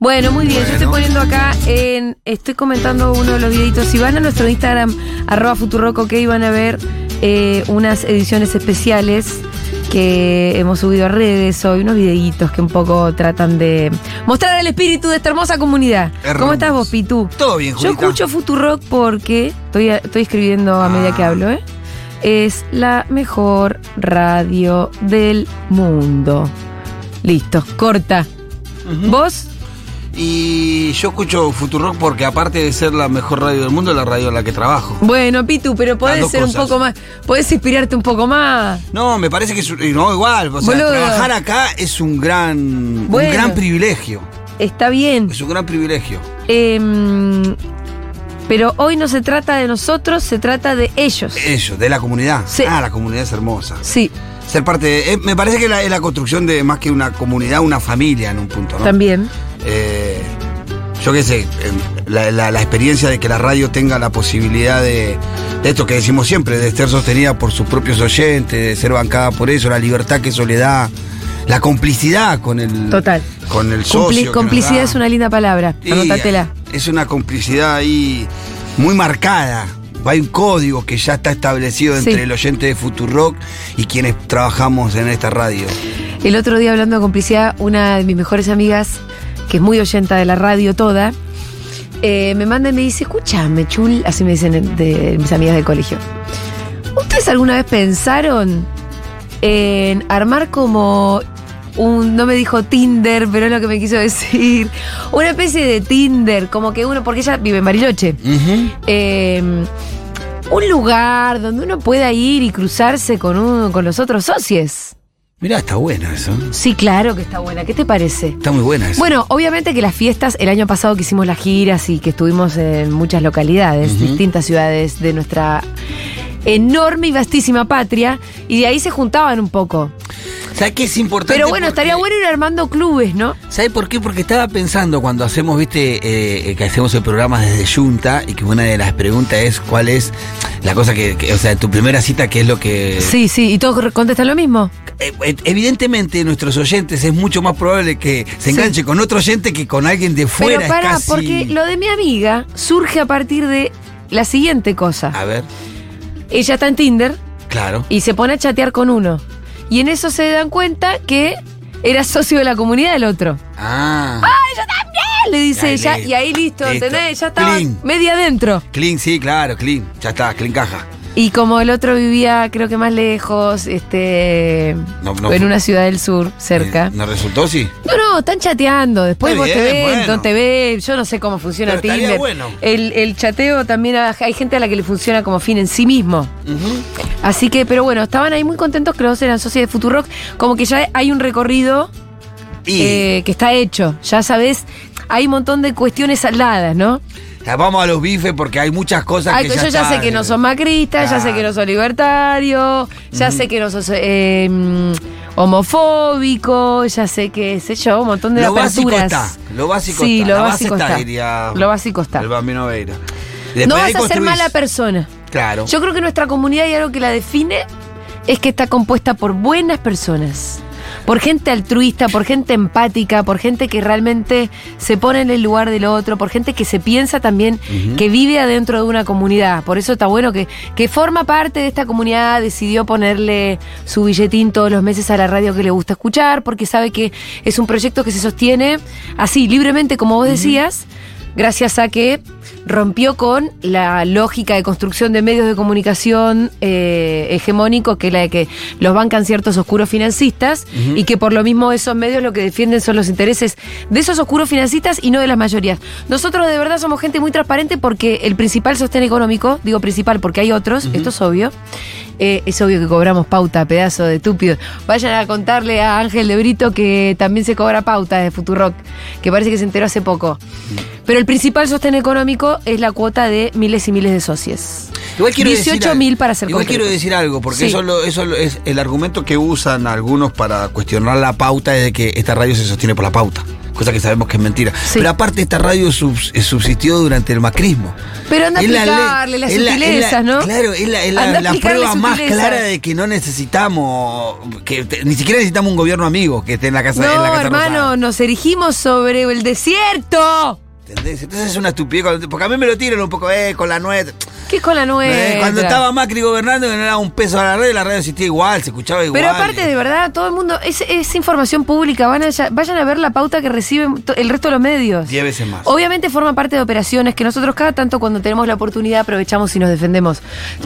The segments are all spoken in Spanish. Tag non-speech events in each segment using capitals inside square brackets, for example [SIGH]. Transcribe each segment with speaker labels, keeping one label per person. Speaker 1: Bueno, muy bien. Yo estoy
Speaker 2: Bueno.
Speaker 1: poniendo acá en. Estoy comentando uno de los videitos. Si van a nuestro Instagram, arroba Futuroco, que van a ver eh, unas ediciones especiales que hemos subido a redes hoy, unos videitos que un poco tratan de mostrar el espíritu de esta hermosa comunidad. ¿Cómo
Speaker 2: Hermoso.
Speaker 1: estás vos, Pitu?
Speaker 2: Todo bien,
Speaker 1: Yo
Speaker 2: Julita.
Speaker 1: escucho Futurock porque estoy, estoy escribiendo a medida que
Speaker 2: Ah.
Speaker 1: hablo, ¿eh? Es la mejor radio del mundo. Listo, corta. ¿Vos?
Speaker 2: Y yo escucho Futurock porque aparte de ser la mejor radio del mundo, es la radio en la que trabajo.
Speaker 1: Bueno, Pitu, pero podés
Speaker 2: dos
Speaker 1: ser un
Speaker 2: cosas.
Speaker 1: poco más. Podés inspirarte un poco más.
Speaker 2: No, me parece que es un- no igual, o sea,
Speaker 1: Boludo.
Speaker 2: trabajar acá es un gran
Speaker 1: Bueno.
Speaker 2: un gran privilegio.
Speaker 1: Está bien.
Speaker 2: Es un gran privilegio.
Speaker 1: Em, pero hoy no se trata de nosotros, se trata de ellos.
Speaker 2: Eso, de la comunidad.
Speaker 1: Sí.
Speaker 2: Ah, la comunidad es hermosa.
Speaker 1: Sí,
Speaker 2: Ser parte de- eh, me parece que la- es la construcción de más que una comunidad, una familia en un punto, ¿no?
Speaker 1: también.
Speaker 2: Eh, yo qué sé, eh, la, la- la experiencia de que la radio tenga la posibilidad de, de esto que decimos siempre, de ser sostenida por sus propios oyentes, de ser bancada por eso, la libertad que eso le da, la complicidad con el,
Speaker 1: Total.
Speaker 2: con el
Speaker 1: Compli-
Speaker 2: socio. que nos
Speaker 1: complicidad
Speaker 2: da.
Speaker 1: es una linda palabra.
Speaker 2: Y
Speaker 1: Anótatela.
Speaker 2: Es una complicidad ahí muy marcada. Hay un código que ya está establecido
Speaker 1: Sí.
Speaker 2: entre el oyente de Futurock y quienes trabajamos en esta radio.
Speaker 1: El otro día hablando de complicidad, una de mis mejores amigas, que es muy oyenta de la radio toda, eh, me manda y me dice, escúchame, chul, así me dicen en- de, mis amigas del colegio. ¿Ustedes alguna vez pensaron en armar como un, no me dijo Tinder, pero es lo que me quiso decir, una especie de Tinder, como que uno, porque ella vive en Bariloche eh, un lugar donde uno pueda ir y cruzarse con, un- con los otros socios.
Speaker 2: Mirá, está buena eso.
Speaker 1: Sí, claro que está buena. ¿Qué te parece?
Speaker 2: Está muy buena eso.
Speaker 1: Bueno, obviamente que las fiestas, el año pasado que hicimos las giras y que estuvimos en muchas localidades,
Speaker 2: Ujú.
Speaker 1: distintas ciudades de nuestra enorme y vastísima patria, y de ahí se juntaban un poco.
Speaker 2: ¿Sabes qué es importante?
Speaker 1: Pero bueno, estaría
Speaker 2: Porque-
Speaker 1: bueno ir armando clubes, ¿no?
Speaker 2: ¿Sabes por qué? Porque estaba pensando cuando hacemos, viste, eh, eh, que hacemos el programa desde Junta y que una de las preguntas es cuál es la cosa que, que- o sea, tu primera cita, qué es lo que...
Speaker 1: Sí, sí, y todos contestan lo mismo.
Speaker 2: Eh, eh, Evidentemente nuestros oyentes es mucho más probable que se enganche con otro oyente que con alguien de fuera.
Speaker 1: Pero
Speaker 2: es
Speaker 1: pará,
Speaker 2: casi-
Speaker 1: porque lo de mi amiga surge a partir de la siguiente cosa.
Speaker 2: A ver,
Speaker 1: Ella está en Tinder
Speaker 2: claro.
Speaker 1: y se pone a chatear con uno. Y en eso se dan cuenta que era socio de la comunidad del otro.
Speaker 2: Ah.
Speaker 1: ¡Ah! le dice
Speaker 2: Ahí
Speaker 1: ella,
Speaker 2: listo.
Speaker 1: y ahí listo,
Speaker 2: Listo.
Speaker 1: ¿entendés? Ya estaba
Speaker 2: Clean.
Speaker 1: media adentro.
Speaker 2: Clean, sí, claro, clean. Ya está, clean caja.
Speaker 1: Y como el otro vivía, creo que más lejos, este.
Speaker 2: No, no.
Speaker 1: en una ciudad del sur, cerca.
Speaker 2: Eh, ¿No resultó, sí?
Speaker 1: No, no, están chateando. Después
Speaker 2: Está
Speaker 1: vos te
Speaker 2: bien,
Speaker 1: ven,
Speaker 2: bueno.
Speaker 1: no te ven. Yo no sé cómo funciona
Speaker 2: Pero estaría
Speaker 1: Tinder.
Speaker 2: bueno.
Speaker 1: El, el chateo también a- hay gente a la que le funciona como fin en sí mismo.
Speaker 2: Ujú.
Speaker 1: Así que, pero bueno, estaban ahí muy contentos que los dos eran socios de Futurock. Como que ya hay un recorrido
Speaker 2: Y
Speaker 1: eh, que está hecho. Ya sabes, hay un montón de cuestiones saldadas, ¿no?
Speaker 2: ya vamos a los bifes porque hay muchas cosas
Speaker 1: Ay, pues
Speaker 2: que ya
Speaker 1: yo ya
Speaker 2: está- eh,
Speaker 1: sé que no sos macrista, ya sé que no sos libertario, ya sé que no sos eh, mm, homofóbico, ya sé que, sé yo, un montón de
Speaker 2: Lo básico
Speaker 1: aperturas.
Speaker 2: está, lo básico
Speaker 1: sí,
Speaker 2: está,
Speaker 1: lo
Speaker 2: la base
Speaker 1: básico
Speaker 2: está,
Speaker 1: está.
Speaker 2: diría
Speaker 1: Lo básico está.
Speaker 2: El Bambino Veira. Y después
Speaker 1: No
Speaker 2: de
Speaker 1: vas
Speaker 2: ahí
Speaker 1: a ser
Speaker 2: construís-
Speaker 1: mala persona.
Speaker 2: Claro.
Speaker 1: Yo creo que nuestra comunidad y algo que la define es que está compuesta por buenas personas. Por gente altruista, por gente empática, por gente que realmente se pone en el lugar del otro, por gente que se piensa también que vive adentro de una comunidad. Por eso está bueno que, que forma parte de esta comunidad, decidió ponerle su billetín todos los meses a la radio que le gusta escuchar, porque sabe que es un proyecto que se sostiene así, libremente, como vos decías, gracias a que rompió con la lógica de construcción de medios de comunicación eh, hegemónico, que es la de que los bancan ciertos oscuros financistas y que por lo mismo esos medios lo que defienden son los intereses de esos oscuros financistas y no de las mayorías. Nosotros de verdad somos gente muy transparente porque el principal sostén económico, digo principal porque hay otros, esto es obvio, eh, es obvio que cobramos pauta, pedazo de estúpido. Vayan a contarle a Ángel de Brito que también se cobra pauta de Futurock, que parece que se enteró hace poco. Pero el principal sostén económico es la cuota de miles y miles de socios.
Speaker 2: Igual quiero decir
Speaker 1: 18.000
Speaker 2: algo.
Speaker 1: para ser
Speaker 2: Igual
Speaker 1: concretos.
Speaker 2: quiero decir algo, porque
Speaker 1: Sí.
Speaker 2: eso, lo- eso lo- es el argumento que usan algunos para cuestionar la pauta es de que esta radio se sostiene por la pauta. cosa que sabemos que es mentira.
Speaker 1: Sí.
Speaker 2: Pero aparte esta radio subs- eh, subsistió durante el macrismo.
Speaker 1: Pero anda a
Speaker 2: Es la ley-
Speaker 1: aplicarle las
Speaker 2: es la- es la-
Speaker 1: sutilezas, ¿no?
Speaker 2: Claro, es la, es la-
Speaker 1: Anda a
Speaker 2: la
Speaker 1: aplicarle
Speaker 2: prueba más
Speaker 1: sutilezas.
Speaker 2: clara de que no necesitamos, que te- ni siquiera necesitamos un gobierno amigo que esté en la casa en la
Speaker 1: No,
Speaker 2: casa
Speaker 1: hermano,
Speaker 2: rosada.
Speaker 1: nos erigimos sobre el desierto.
Speaker 2: ¿Entendés? Entonces es una estupidez, cuando- porque a mí me lo tiran un poco, eh, con la nuez.
Speaker 1: ¿Qué es con la nueva?
Speaker 2: Eh, cuando estaba Macri gobernando, que no era un peso a la radio, la radio existía igual, se escuchaba igual.
Speaker 1: Pero aparte, de verdad, todo el mundo, es, es información pública, van allá- vayan a ver la pauta que reciben to- el resto de los medios.
Speaker 2: Diez veces más.
Speaker 1: Obviamente forma parte de operaciones que nosotros cada tanto cuando tenemos la oportunidad aprovechamos y nos defendemos.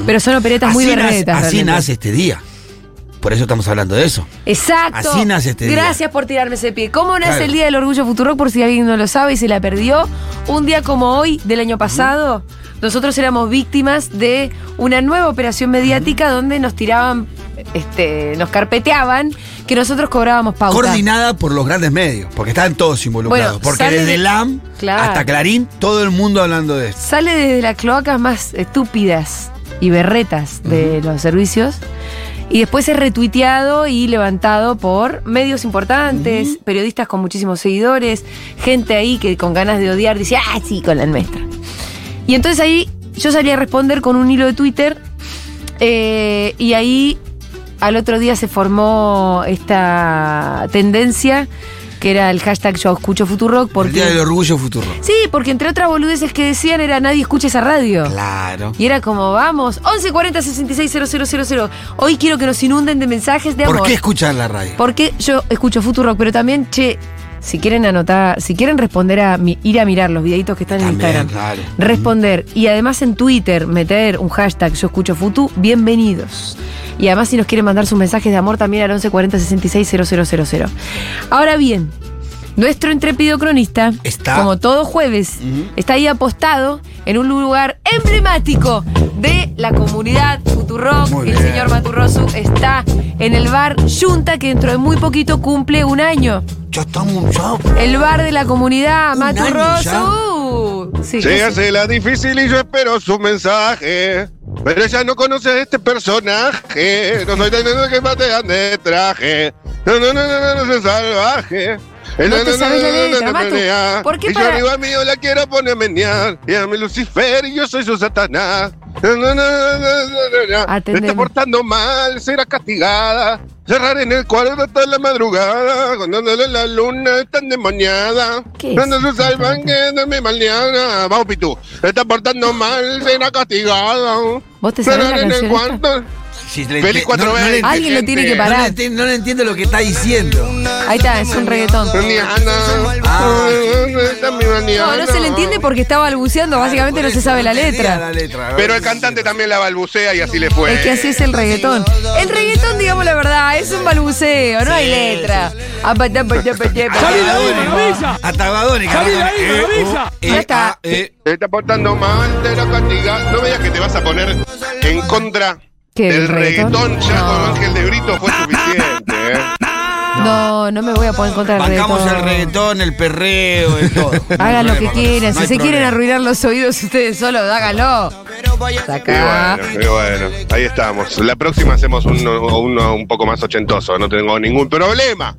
Speaker 1: Pero son operetas muy
Speaker 2: así nace,
Speaker 1: berretas.
Speaker 2: así
Speaker 1: realmente.
Speaker 2: nace este día. Por eso estamos hablando de eso.
Speaker 1: Exacto.
Speaker 2: Así nace este día.
Speaker 1: Gracias por tirarme ese pie. ¿Cómo nace
Speaker 2: Claro.
Speaker 1: el Día del Orgullo Futuro? Por si alguien no lo sabe y se la perdió. Un día como hoy del año pasado, nosotros éramos víctimas de una nueva operación mediática donde nos tiraban, este, nos carpeteaban, que nosotros cobrábamos pauta.
Speaker 2: Coordinada por los grandes medios, porque estaban todos involucrados.
Speaker 1: Bueno,
Speaker 2: porque
Speaker 1: sale
Speaker 2: desde
Speaker 1: de-
Speaker 2: LAM
Speaker 1: Claro.
Speaker 2: hasta Clarín, todo el mundo hablando de esto.
Speaker 1: Sale desde las cloacas más estúpidas y berretas de los servicios. Y después es retuiteado y levantado por medios importantes, periodistas con muchísimos seguidores, gente ahí que con ganas de odiar dice, ah, sí, con la nuestra. Y entonces ahí yo salí a responder con un hilo de Twitter eh, y ahí al otro día se formó esta tendencia que era el hashtag yo escucho Futurock porque...
Speaker 2: El Día del Orgullo Futuro.
Speaker 1: Sí, porque entre otras boludeces que decían era nadie escucha esa radio.
Speaker 2: Claro.
Speaker 1: Y era como, vamos, 1140 66 000. Hoy quiero que nos inunden de mensajes de
Speaker 2: ¿Por
Speaker 1: amor.
Speaker 2: qué escuchar la radio?
Speaker 1: Porque yo escucho Futurock, pero también, che, si quieren anotar, si quieren responder a mi, ir a mirar los videitos que están
Speaker 2: También,
Speaker 1: en Instagram.
Speaker 2: claro.
Speaker 1: Responder. Y además en Twitter meter un hashtag yo escucho Futu, bienvenidos. Y además si nos quieren mandar sus mensajes de amor también al 1140 66 000. Ahora bien, nuestro intrépido cronista,
Speaker 2: Está-
Speaker 1: como todo jueves, está ahí apostado en un lugar emblemático de la comunidad Futurock.
Speaker 2: Muy
Speaker 1: El
Speaker 2: bien.
Speaker 1: señor Maturroso está en el bar Yunta, que dentro de muy poquito cumple un año.
Speaker 2: Yo estamos ya.
Speaker 1: El bar de la comunidad
Speaker 2: ¿Un año
Speaker 1: Maturroso. Uh, sí,
Speaker 3: Se
Speaker 1: sí.
Speaker 3: hace la difícil y yo espero su mensaje. Pero ella no conoce a este personaje. No soy tan lindo que patean de traje. No, no, no, no, no, no soy salvaje. Eh,
Speaker 1: No te sabes la letra, Matu.
Speaker 3: pelea.
Speaker 1: ¿Por qué
Speaker 3: y yo
Speaker 1: para-
Speaker 3: arriba mío la quiero poner a menear. Y a mi Lucifer y yo soy su Satanás. No, no, no, no, no, no, no, no. Te
Speaker 1: Atendeme.
Speaker 3: está portando mal, será castigada. Cerrar en el cuarto hasta la madrugada. Cuando la luna está endemoniada.
Speaker 1: ¿Qué es?
Speaker 3: No, no, se salvan que de mi mañana. Vamos, Pitu. Se está portando mal, será castigado.
Speaker 1: ¿Vos te sabés la
Speaker 3: Pero en el
Speaker 1: canción
Speaker 3: cuarto-
Speaker 2: Sí, le
Speaker 3: Feliz
Speaker 2: enti-
Speaker 3: cuatro
Speaker 2: no- no le
Speaker 3: veces.
Speaker 2: enti-
Speaker 1: Alguien lo tiene que
Speaker 3: Gente.
Speaker 2: no le
Speaker 1: parar.
Speaker 2: enti- no le entiendo lo que está diciendo.
Speaker 1: Ahí está, es un reggaetón.
Speaker 3: Ni Ana.
Speaker 2: Ah.
Speaker 3: Está mi mañana.
Speaker 1: No, no se le entiende porque está balbuceando, básicamente
Speaker 2: Por
Speaker 1: no se
Speaker 2: eso,
Speaker 1: sabe la
Speaker 2: entendía
Speaker 1: letra.
Speaker 2: la letra.
Speaker 3: Pero el cantante también la balbucea y así le fue.
Speaker 1: Es que así es el reggaetón. El reggaetón, digamos la verdad, es un balbuceo, no hay letra. Ah, Apa, tapa, tapa, tapa.
Speaker 2: Atagadores, Atagadores. Eh, oh,
Speaker 1: Ya
Speaker 2: eh,
Speaker 1: está.
Speaker 2: ah, eh.
Speaker 3: Se está portando mal, será castigada. No veas que te vas a poner en contra
Speaker 1: ¿Qué, el
Speaker 3: del reggaetón.
Speaker 1: reggaetón?
Speaker 3: Ya
Speaker 1: No.
Speaker 3: con Ángel de Brito fue suficiente. ¿eh?
Speaker 1: No, no me voy a poner en contra del reggaetón.
Speaker 2: Bancamos el reggaetón, el perreo, el todo.
Speaker 1: [LAUGHS] Hagan lo
Speaker 2: No hay
Speaker 1: que
Speaker 2: problema.
Speaker 1: quieran.
Speaker 2: No
Speaker 1: Si
Speaker 2: hay
Speaker 1: se quieren
Speaker 2: problema.
Speaker 1: arruinar los oídos ustedes solos, háganlo.
Speaker 3: Y
Speaker 1: Sacá.
Speaker 3: bueno, y bueno, ahí estamos. La próxima hacemos uno, uno un poco más ochentoso, no tengo ningún problema.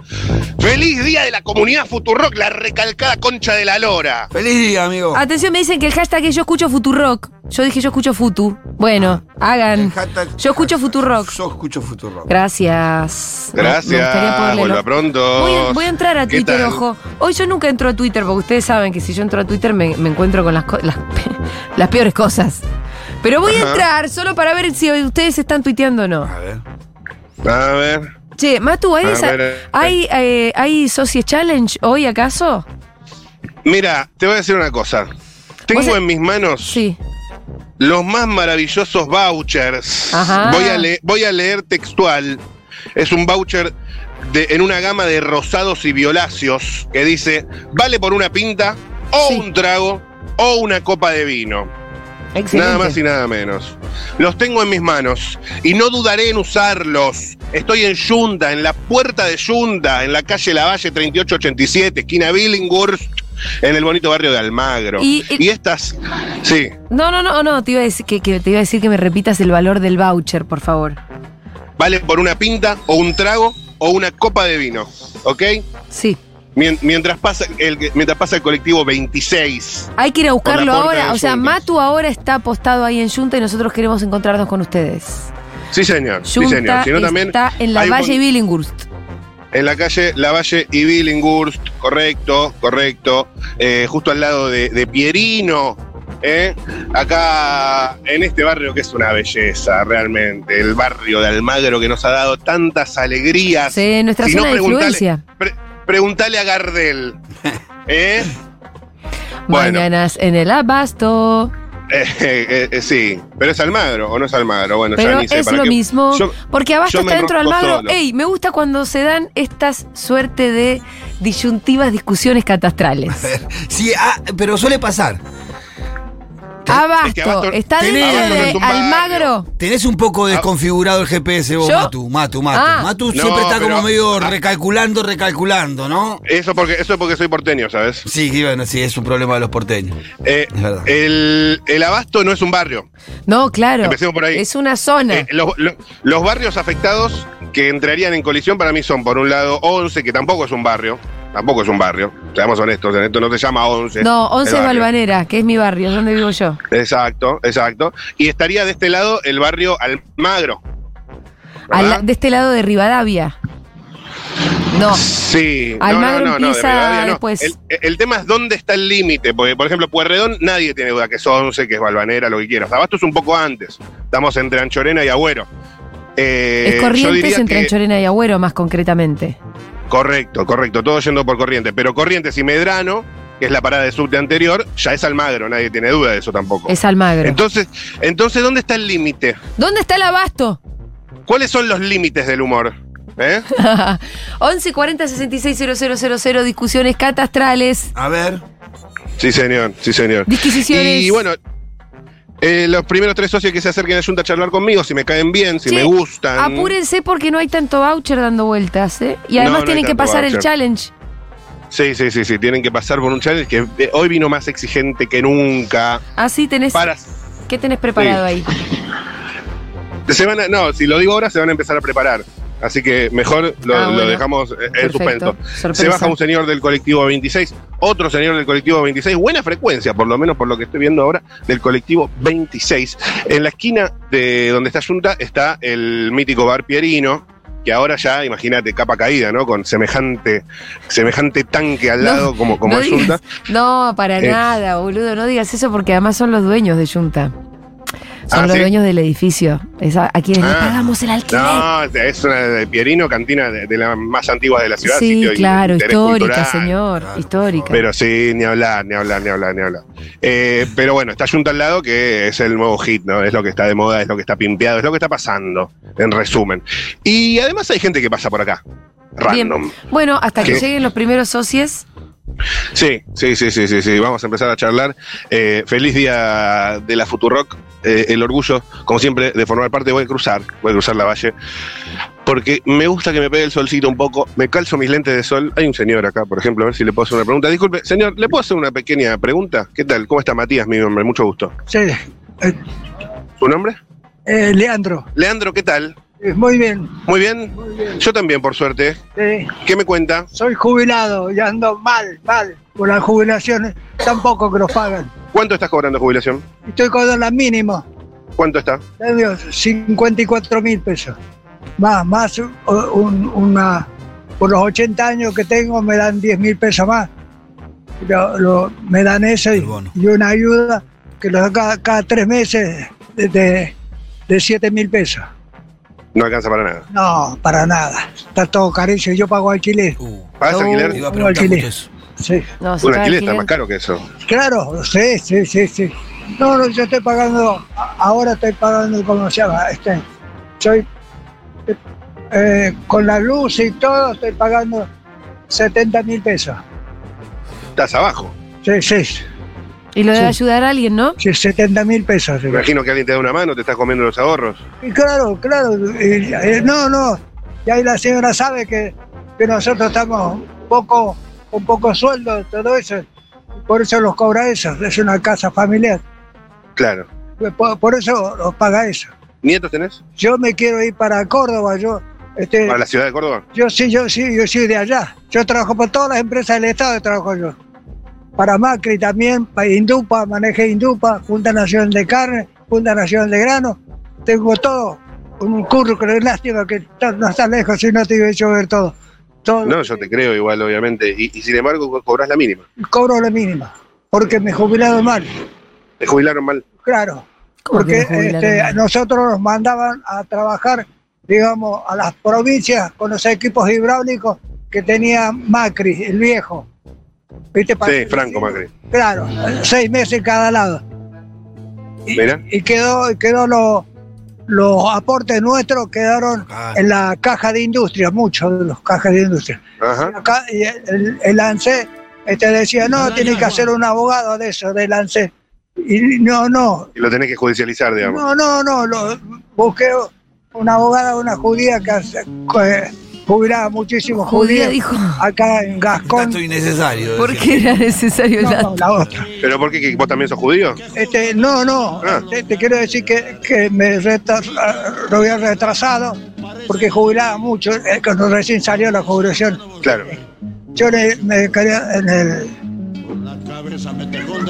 Speaker 3: ¡Feliz día de la comunidad Futurock, la recalcada concha de la lora!
Speaker 2: Feliz día, amigo.
Speaker 1: Atención, me dicen que el hashtag es yo escucho Futurock. Yo dije yo escucho Futu. Bueno, hagan. Yo escucho Futurock.
Speaker 2: Yo escucho Futurock.
Speaker 1: Gracias. Me gustaría
Speaker 3: Gracias,
Speaker 1: poderle
Speaker 3: vuelva
Speaker 1: lo-
Speaker 3: pronto.
Speaker 1: Voy a, voy a entrar a
Speaker 3: ¿Qué
Speaker 1: Twitter,
Speaker 3: tal?
Speaker 1: ojo. Hoy yo nunca entro a Twitter, porque ustedes saben que si yo entro a Twitter me, me encuentro con las, co- las, [LAUGHS] las peores cosas. Pero voy a
Speaker 3: Ajá.
Speaker 1: entrar solo para ver si ustedes están tuiteando o no.
Speaker 2: A ver. [LAUGHS]
Speaker 3: A ver,
Speaker 1: Che, Matu, ¿hay,
Speaker 3: A
Speaker 1: esa-
Speaker 3: ver.
Speaker 1: ¿hay, eh, ¿hay Socie Challenge hoy acaso?
Speaker 3: mira, te voy a decir una cosa. Tengo
Speaker 1: sabés-
Speaker 3: en mis manos
Speaker 1: Sí.
Speaker 3: los más maravillosos vouchers.
Speaker 1: Ajá.
Speaker 3: Voy a, le- voy a leer textual. Es un voucher de- en una gama de rosados y violáceos que dice, vale por una pinta o
Speaker 1: Sí.
Speaker 3: un trago o una copa de vino.
Speaker 1: Excelente.
Speaker 3: Nada más y nada menos. Los tengo en mis manos y no dudaré en usarlos. Estoy en Yunda, en la puerta de Yunda, en la calle Lavalle 3887, esquina Billinghurst, en el bonito barrio de Almagro.
Speaker 1: Y-
Speaker 3: Y,
Speaker 1: y-
Speaker 3: estas, sí,
Speaker 1: No, no, no, no, te iba, a decir que, que- te iba a decir que me repitas el valor del voucher, por favor.
Speaker 3: valen por una pinta o un trago o una copa de vino, ¿ok?
Speaker 1: Sí.
Speaker 3: Mien- Mientras pasa el, mientras pasa el colectivo 26.
Speaker 1: Hay que ir a buscarlo
Speaker 3: Con la puerta
Speaker 1: ahora.
Speaker 3: de
Speaker 1: O sea,
Speaker 3: Yuntas.
Speaker 1: Matu ahora está apostado ahí en Yunta y nosotros queremos encontrarnos con ustedes.
Speaker 3: Sí, señor. Sí,
Speaker 1: Yunta
Speaker 3: señor. Sino también
Speaker 1: está en la
Speaker 3: hay un
Speaker 1: Valle
Speaker 3: mon-
Speaker 1: Billinghurst.
Speaker 3: En la calle Lavalle y Billinghurst, correcto, correcto. Eh, justo al lado de, de Pierino. ¿eh? Acá en este barrio que es una belleza, realmente. El barrio de Almagro que nos ha dado tantas alegrías.
Speaker 1: Sí, nuestra
Speaker 3: Si no,
Speaker 1: zona de
Speaker 3: preguntale-
Speaker 1: influencia.
Speaker 3: Pre- preguntale a
Speaker 1: [LAUGHS]
Speaker 3: Gardel. ¿Eh? [LAUGHS] Bueno.
Speaker 1: Mañanas en el Abasto.
Speaker 3: Eh, eh, eh, sí, pero es Almagro o no es Almagro. Bueno, ya
Speaker 1: Pero
Speaker 3: ni sé
Speaker 1: es
Speaker 3: para
Speaker 1: lo
Speaker 3: qué-
Speaker 1: mismo.
Speaker 3: Yo-
Speaker 1: porque Abasto
Speaker 3: yo me
Speaker 1: está dentro del
Speaker 3: enrosco
Speaker 1: Almagro.
Speaker 3: solo.
Speaker 1: Ey, me gusta cuando se dan estas suerte de disyuntivas discusiones
Speaker 3: [LAUGHS]
Speaker 1: catastrales.
Speaker 2: Sí, ah, pero suele pasar.
Speaker 1: Abasto,
Speaker 3: es que Abasto-
Speaker 1: está dentro
Speaker 2: Abasto
Speaker 1: de
Speaker 3: es un barrio.
Speaker 1: Almagro.
Speaker 2: Tenés un poco desconfigurado el GPS vos,
Speaker 1: ¿Yo?
Speaker 2: Matu, Matu, Matu.
Speaker 1: Ah.
Speaker 2: Matu
Speaker 3: Ah. No,
Speaker 2: siempre está
Speaker 3: pero-
Speaker 2: como medio
Speaker 3: ah.
Speaker 2: recalculando, recalculando, ¿no?
Speaker 3: Eso porque, eso porque soy porteño, ¿sabes?
Speaker 2: Sí, y bueno, sí, es un problema de los porteños.
Speaker 3: Eh,
Speaker 2: Es verdad.
Speaker 3: el, el abasto no es un barrio.
Speaker 1: No, claro.
Speaker 3: Empecemos por ahí.
Speaker 1: Es una zona.
Speaker 3: Eh, los, lo- los barrios afectados que entrarían en colisión para mí son, por un lado, 11, que tampoco es un barrio. Tampoco es un barrio. Seamos honestos, en esto no se llama 11.
Speaker 1: no, 11
Speaker 3: eh, el
Speaker 1: es
Speaker 3: barrio.
Speaker 1: Balvanera, que es mi barrio, donde vivo yo.
Speaker 3: Exacto, exacto. Y estaría de este lado el barrio Almagro.
Speaker 1: Al-
Speaker 3: ¿verdad?
Speaker 1: de este lado de Rivadavia. No.
Speaker 3: Eh, Sí, no,
Speaker 1: Almagro
Speaker 3: no, no, no, de
Speaker 1: empieza
Speaker 3: Rivadavia no.
Speaker 1: después.
Speaker 3: El, el tema es dónde está el límite, porque por ejemplo Puerredón nadie tiene duda que es 11, que es Balvanera, lo que quieras. Abasto es un poco antes, estamos entre Anchorena y Agüero. Eh,
Speaker 1: Es
Speaker 3: yo
Speaker 1: Corrientes
Speaker 3: diría
Speaker 1: entre
Speaker 3: que-
Speaker 1: Anchorena y Agüero, más concretamente.
Speaker 3: Correcto, correcto, todo yendo por Corrientes, pero Corrientes y Medrano, que es la parada de subte anterior, ya es Almagro, nadie tiene duda de eso tampoco.
Speaker 1: Es Almagro.
Speaker 3: Entonces, entonces ¿dónde está el límite?
Speaker 1: ¿Dónde está el abasto?
Speaker 3: ¿Cuáles son los límites del humor? ¿Eh?
Speaker 1: 11 40 66 000, discusiones catastrales,
Speaker 2: A ver.
Speaker 3: Sí, señor, sí, señor.
Speaker 1: disquisiciones.
Speaker 3: Y bueno, eh, los primeros tres socios que se acerquen a Junta a charlar conmigo, si me caen bien, si
Speaker 1: Che,
Speaker 3: me gustan.
Speaker 1: Apúrense porque no hay tanto voucher dando vueltas, ¿eh? Y
Speaker 3: No,
Speaker 1: además
Speaker 3: no
Speaker 1: tienen
Speaker 3: hay
Speaker 1: que
Speaker 3: tanto
Speaker 1: pasar el
Speaker 3: voucher.
Speaker 1: challenge.
Speaker 3: Sí, sí, sí, sí, tienen que pasar por un challenge que eh, hoy vino más exigente que nunca.
Speaker 1: Así Ah, tenés.
Speaker 3: Para.
Speaker 1: ¿Qué tenés preparado ahí?
Speaker 3: Se van a- no, si lo digo ahora, se van a empezar a preparar. Así que mejor lo,
Speaker 1: Ah,
Speaker 3: lo
Speaker 1: bueno.
Speaker 3: dejamos eh, en
Speaker 1: Perfecto.
Speaker 3: suspenso.
Speaker 1: Sorpresa.
Speaker 3: Se baja un señor del colectivo 26, otro señor del colectivo 26, buena frecuencia, por lo menos por lo que estoy viendo ahora, del colectivo 26. En la esquina de donde está Junta está el mítico bar Pierino, que ahora ya, imagínate, capa caída, ¿no? Con semejante, semejante tanque al
Speaker 1: No,
Speaker 3: lado como, como
Speaker 1: no
Speaker 3: es
Speaker 1: digas-
Speaker 3: Junta.
Speaker 1: [LAUGHS] No, para
Speaker 3: Eh.
Speaker 1: nada, boludo. No digas eso porque además son los dueños de Junta. Son
Speaker 3: Ah,
Speaker 1: los
Speaker 3: ¿sí?
Speaker 1: dueños del edificio. Es a, a quienes le
Speaker 3: Ah.
Speaker 1: pagamos el alquiler.
Speaker 3: No, es una de Pierino, cantina de, de las más antiguas de la ciudad.
Speaker 1: sí,
Speaker 3: sitio de
Speaker 1: claro,
Speaker 3: interés
Speaker 1: histórica,
Speaker 3: cultural. Ah,
Speaker 1: señor.
Speaker 2: Claro,
Speaker 1: histórica.
Speaker 3: Pero sí, ni hablar, ni hablar, ni hablar, ni hablar. Eh, pero bueno, está Junta al lado que es el nuevo hit, ¿no? Es lo que está de moda, es lo que está pimpeado, es lo que está pasando, en resumen. Y además hay gente que pasa por acá.
Speaker 1: Bien.
Speaker 3: Random.
Speaker 1: Bueno, hasta que
Speaker 3: ¿Qué?
Speaker 1: lleguen los primeros socios.
Speaker 3: Sí, sí, sí, sí, sí, sí. Vamos a empezar a charlar. Eh, feliz día de la Futurock. Eh, el orgullo, como siempre, de formar parte. Voy a cruzar, voy a cruzar la valle. Porque me gusta que me pegue el solcito un poco. Me calzo mis lentes de sol. Hay un señor acá, por ejemplo, a ver si le puedo hacer una pregunta. Disculpe, señor, ¿le puedo hacer una pequeña pregunta? ¿Qué tal? ¿Cómo está Matías, mi nombre? Mucho gusto.
Speaker 4: Sí, eh,
Speaker 3: ¿Su nombre?
Speaker 4: eh, Leandro,
Speaker 3: Leandro, ¿qué tal?
Speaker 4: eh, muy bien,
Speaker 3: Muy bien.
Speaker 4: muy bien.
Speaker 3: Yo también, por suerte.
Speaker 4: Sí,
Speaker 3: ¿Qué me cuenta?
Speaker 4: soy jubilado y ando mal, mal. Por las jubilaciones tampoco que nos pagan.
Speaker 3: ¿Cuánto estás cobrando jubilación?
Speaker 4: Estoy cobrando la mínima,
Speaker 3: ¿Cuánto está?
Speaker 4: de Dios, 54 mil pesos. Más, más o- un- una. Por los 80 años que tengo me dan 10 mil pesos más. Lo- lo- me dan eso
Speaker 2: El
Speaker 4: y,
Speaker 2: bono.
Speaker 4: y una ayuda que los cada, cada tres meses de, de, de 7 mil pesos.
Speaker 3: No alcanza para nada.
Speaker 4: No, para nada. Está todo carísimo. Yo pago alquiler.
Speaker 2: Uh,
Speaker 3: ¿Vas a
Speaker 1: No.
Speaker 3: alquilar?
Speaker 2: te iba a
Speaker 4: Un
Speaker 2: preguntar
Speaker 4: alquiler.
Speaker 2: mucho eso.
Speaker 4: Sí.
Speaker 1: No, se
Speaker 3: Un
Speaker 1: paga
Speaker 3: alquiler está
Speaker 1: alquiler.
Speaker 3: más caro que eso.
Speaker 4: Claro, sí, sí, sí, sí. No, no, yo estoy pagando, a- ahora estoy pagando, ¿cómo se llama? Este, soy, eh, con la luz y todo, estoy pagando 70 mil pesos.
Speaker 3: Estás abajo.
Speaker 4: Sí, sí,
Speaker 1: Y lo debe
Speaker 4: Sí.
Speaker 1: ayudar a alguien, ¿no?
Speaker 4: sí 70 mil pesos. sí.
Speaker 3: Me imagino que alguien te da una mano, te estás comiendo los ahorros.
Speaker 4: Y claro, claro, y- y- no, no, y ahí la señora sabe que, que nosotros estamos un poco, con poco sueldo, todo eso, por eso los cobra eso, es una casa familiar,
Speaker 3: Claro.
Speaker 4: por, por eso los paga eso.
Speaker 3: ¿Nietos tenés?
Speaker 4: Yo me quiero ir para Córdoba, yo Este,
Speaker 3: para la ciudad de Córdoba.
Speaker 4: Yo sí, yo sí, yo sí de allá. Yo trabajo por todas las empresas del Estado, trabajo yo. Para Macri también, para Indupa, manejé Indupa, Junta Nacional de Carne, Junta Nacional de Grano. Tengo todo, un currículum, lástima que está- no está lejos, si no te hubiera hecho ver todo. todo
Speaker 3: No, yo te creo igual, obviamente. Y, y sin embargo, co- cobrás la mínima.
Speaker 4: Cobro la mínima, porque me he jubilado mal,
Speaker 3: Te jubilaron mal.
Speaker 4: claro.
Speaker 1: ¿Cómo que
Speaker 4: Porque
Speaker 1: nos jubilaron
Speaker 4: este,
Speaker 1: mal?
Speaker 4: nosotros nos mandaban a trabajar, digamos, a las provincias con los equipos hidráulicos que tenía Macri, el viejo. ¿Viste? Para-
Speaker 3: Sí, Franco Macri.
Speaker 4: Claro, seis meses en cada lado. Y,
Speaker 3: Mira.
Speaker 4: y quedó, y quedó lo- los aportes nuestros quedaron
Speaker 2: Ah,
Speaker 4: en la caja de industria, muchos de los cajas de industria.
Speaker 3: Ajá.
Speaker 4: Acá, y el, el ANSE este, decía, no, tiene que hacer un abogado de eso, del ANSE. Y no, no,
Speaker 3: Y lo tenés que judicializar, digamos.
Speaker 4: no, no, no, lo- busqué una abogada, una judía que hace- que jubilaba muchísimos
Speaker 1: Judía
Speaker 4: judíos
Speaker 1: dijo,
Speaker 4: acá en Gascón.
Speaker 2: Tanto innecesario.
Speaker 1: ¿por
Speaker 2: decía.
Speaker 1: qué era necesario el
Speaker 4: No,
Speaker 1: dato?
Speaker 4: no, la otra.
Speaker 3: ¿Pero por qué? ¿Que ¿Vos también sos judío?
Speaker 4: Este, no, no,
Speaker 3: Ah.
Speaker 4: este, te quiero decir que, que me retra- lo había retrasado porque jubilaba mucho eh, cuando recién salió la jubilación.
Speaker 3: Claro.
Speaker 4: Yo le- me quería en el.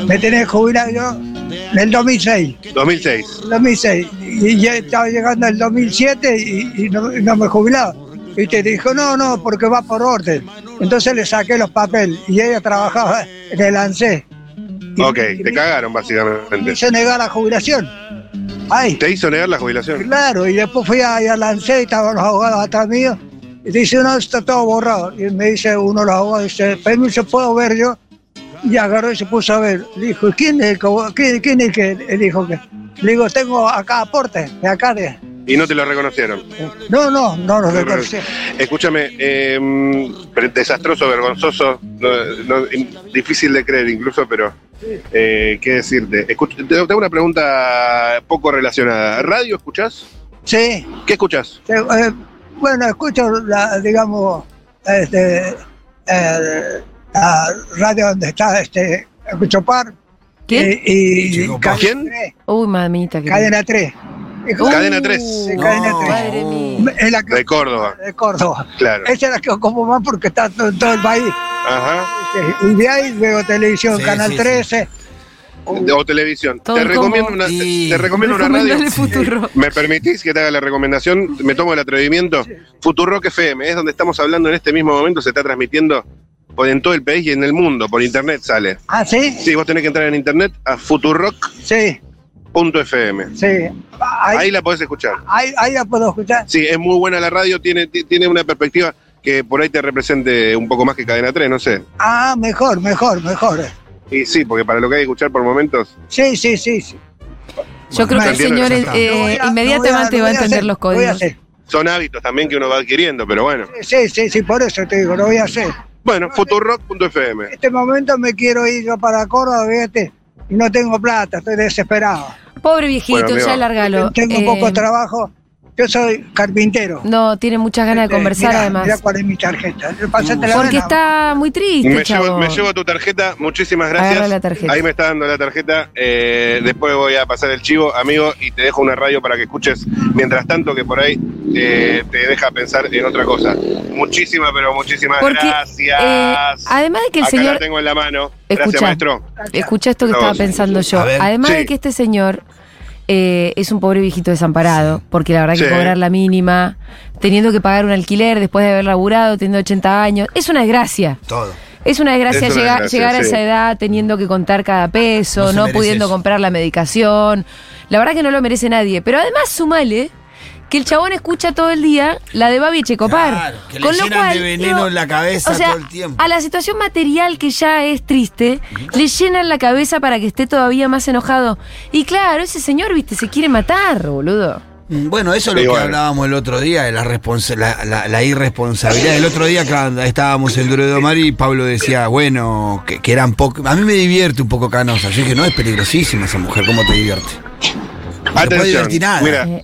Speaker 4: Me tenía que jubilar yo en el 2006.
Speaker 3: 2006.
Speaker 4: 2006. Y ya estaba llegando el 2007 y, y no, y no me jubilaba. Y te dijo, no, no, porque va por orden. Entonces le saqué los papeles y ella trabajaba en el ANSE. Y-
Speaker 3: Ok,
Speaker 4: y
Speaker 3: te
Speaker 4: me-
Speaker 3: cagaron
Speaker 4: me
Speaker 3: básicamente.
Speaker 4: hizo negar la jubilación. Ay,
Speaker 3: ¿Te hizo negar la jubilación?
Speaker 4: claro, y después fui a, a Lancé y estaban los abogados atrás mío. Y dice, no, está todo borrado. Y me dice uno de los abogados, dice, permiso, ¿puedo ver yo? Y agarró y se puso a ver. Le dijo, ¿quién es el que, vos- quién, quién es el que le dijo que? Le digo, tengo acá aporte, de acá de.
Speaker 3: Y no te lo reconocieron.
Speaker 4: No, no, no lo reconocí.
Speaker 3: Escúchame, eh, pero desastroso, vergonzoso, no- no- in- difícil de creer incluso, pero eh, qué decirte. Escuch- te te hago una pregunta poco relacionada. ¿Radio escuchás?
Speaker 4: Sí,
Speaker 3: ¿Qué escuchás?
Speaker 4: sí, eh, bueno, escucho, la, digamos, este, eh, la radio donde está, este, escucho par.
Speaker 1: ¿Quién?
Speaker 4: Eh, Y,
Speaker 2: Chico,
Speaker 4: cadena
Speaker 3: ¿quién?
Speaker 4: 3,
Speaker 1: Uy, mamita. que-
Speaker 4: Cadena 3.
Speaker 3: Cadena 3.
Speaker 4: Sí, cadena
Speaker 2: No.
Speaker 4: tres.
Speaker 1: Madre mía.
Speaker 4: Es la que
Speaker 3: De Córdoba,
Speaker 4: de Córdoba.
Speaker 3: claro.
Speaker 4: Esa es la que ocupo más porque está to- en todo el país. este,
Speaker 3: Ajá.
Speaker 4: Y de ahí veo televisión,
Speaker 2: Sí,
Speaker 4: Canal
Speaker 2: sí, sí.
Speaker 4: 13.
Speaker 3: De- O televisión.
Speaker 1: Todo
Speaker 3: Te
Speaker 1: como-
Speaker 3: recomiendo una,
Speaker 2: Sí.
Speaker 3: te recomiendo una radio.
Speaker 1: Recomendale
Speaker 3: [LAUGHS]
Speaker 1: Futuro.
Speaker 3: ¿Me permitís que te haga la recomendación? Me tomo el atrevimiento. Futurock FM es donde estamos hablando en este mismo momento. Se está transmitiendo por- en todo el país y en el mundo. Por internet sale.
Speaker 4: Ah, sí,
Speaker 3: Sí, vos tenés que entrar en internet a futurock.fm.
Speaker 4: sí, sí. Ahí,
Speaker 3: Ahí la podés escuchar.
Speaker 4: ahí, ahí la puedo escuchar.
Speaker 3: Sí, es muy buena la radio. Tiene, ti- tiene una perspectiva que por ahí te represente un poco más que Cadena 3, no sé.
Speaker 4: Ah, mejor, mejor, mejor.
Speaker 3: Y sí, porque para lo que hay que escuchar por momentos.
Speaker 4: Sí, sí, sí. sí.
Speaker 1: Yo creo que el
Speaker 3: Entiendo,
Speaker 1: señor
Speaker 2: ya
Speaker 1: eh,
Speaker 2: está.
Speaker 4: Lo voy a- lo voy a-
Speaker 1: inmediatamente
Speaker 4: lo
Speaker 1: va a
Speaker 4: voy
Speaker 1: entender
Speaker 4: hacer,
Speaker 1: los
Speaker 4: lo voy a
Speaker 1: códigos.
Speaker 4: hacer.
Speaker 3: Son hábitos también que uno va adquiriendo, pero bueno.
Speaker 4: Sí, sí, sí, por eso te digo, lo voy a hacer.
Speaker 3: Bueno, futurock.fm.
Speaker 4: En este momento me quiero ir yo para Córdoba, fíjate, y no tengo plata, estoy desesperado.
Speaker 1: Pobre viejito,
Speaker 3: Bueno, amigo.
Speaker 1: ya largalo.
Speaker 4: Tengo
Speaker 1: Eh,
Speaker 4: poco trabajo. Yo soy carpintero.
Speaker 1: No, tiene muchas ganas de
Speaker 4: Este,
Speaker 1: conversar
Speaker 4: mirá,
Speaker 1: además.
Speaker 4: mirá cuál es mi tarjeta. Pasate la
Speaker 1: porque
Speaker 4: vena.
Speaker 1: está muy triste,
Speaker 3: Me llevo,
Speaker 1: chavo.
Speaker 3: me llevo tu tarjeta, muchísimas
Speaker 1: Agarra
Speaker 3: gracias.
Speaker 1: la tarjeta.
Speaker 3: Ahí me está dando la tarjeta. eh, después voy a pasar el chivo, amigo, y te dejo una radio para que escuches mientras tanto, que por ahí eh, te deja pensar en otra cosa. Muchísimas, pero muchísimas
Speaker 1: Porque,
Speaker 3: gracias.
Speaker 1: eh, además de que el
Speaker 3: Acá
Speaker 1: señor...
Speaker 3: la tengo en la mano. Gracias,
Speaker 1: Escuchá.
Speaker 3: maestro.
Speaker 1: Escucha esto que
Speaker 3: No,
Speaker 1: estaba
Speaker 3: sí,
Speaker 1: pensando yo.
Speaker 2: A ver.
Speaker 1: Además
Speaker 3: Sí.
Speaker 1: de que este señor eh, es un pobre viejito desamparado, porque la verdad que
Speaker 3: Sí.
Speaker 1: cobrar la mínima, teniendo que pagar un alquiler después de haber laburado, teniendo 80 años, es una desgracia.
Speaker 2: Todo.
Speaker 1: Es una desgracia,
Speaker 3: Es una
Speaker 1: llegar-
Speaker 3: desgracia,
Speaker 1: llegar a
Speaker 3: sí.
Speaker 1: esa edad teniendo que contar cada
Speaker 2: No
Speaker 1: peso,
Speaker 2: se
Speaker 1: no,
Speaker 2: merece
Speaker 1: pudiendo
Speaker 2: eso.
Speaker 1: comprar la medicación. La verdad que no lo merece nadie. Pero además, sumale que el chabón escucha todo el día la de Babi Checopar.
Speaker 2: Claro, que le llenan de veneno en la cabeza
Speaker 1: o sea,
Speaker 2: todo el tiempo.
Speaker 1: A la situación material que ya es triste, le llenan la cabeza para que esté todavía más enojado. Y claro, ese señor, viste, se quiere matar, boludo.
Speaker 2: Mm, Bueno, eso es lo
Speaker 3: Sí,
Speaker 2: que
Speaker 3: bueno.
Speaker 2: hablábamos el otro día, de la, responsa- la, la- la irresponsabilidad. El otro día claro, estábamos en Duro de Omar y Pablo decía, bueno, que, que eran poco. A mí me divierte un poco Canosa. Yo dije, no, es peligrosísima esa mujer, ¿cómo te divierte? No puede
Speaker 3: Atención.
Speaker 2: divertir nada.
Speaker 3: Mira,
Speaker 1: Eh,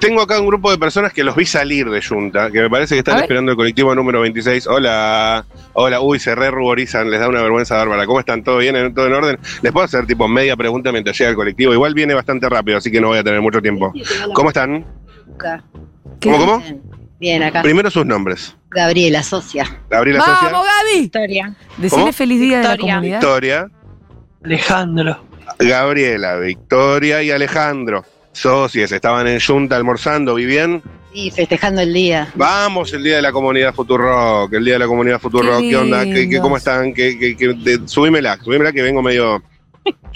Speaker 3: tengo acá un grupo de personas que los vi salir de Junta, que me parece que
Speaker 1: A
Speaker 3: están
Speaker 1: ver.
Speaker 3: esperando el colectivo número 26. Hola, hola, uy, se re ruborizan, les da una vergüenza bárbara. ¿Cómo están? ¿Todo bien? ¿Todo en orden? Les puedo hacer tipo media pregunta mientras llega el colectivo. Igual viene bastante rápido, así que no voy a tener mucho tiempo. ¿Cómo están?
Speaker 5: Luca.
Speaker 1: ¿qué?
Speaker 3: ¿Cómo, cómo?
Speaker 5: Bien. Bien, acá.
Speaker 3: Primero sus nombres.
Speaker 5: Gabriela, socia.
Speaker 3: Gabriela Socia,
Speaker 1: ¡Vamos, Gaby!
Speaker 6: Victoria,
Speaker 1: Decirle
Speaker 3: ¿Cómo?
Speaker 1: feliz día de la
Speaker 6: Victoria.
Speaker 1: comunidad.
Speaker 3: Victoria,
Speaker 7: Alejandro,
Speaker 3: Gabriela, Victoria y Alejandro. Socias, estaban en Junta almorzando, ¿vivían?
Speaker 5: Sí, festejando el día. [LAUGHS]
Speaker 3: Vamos, el día de la comunidad Futurock, el día de la comunidad Futurock, ¿qué,
Speaker 1: Qué
Speaker 3: onda? ¿Qué, qué, cómo
Speaker 1: lindos.
Speaker 3: están? ¿Qué, qué, qué- de- subímela, subímela que vengo medio...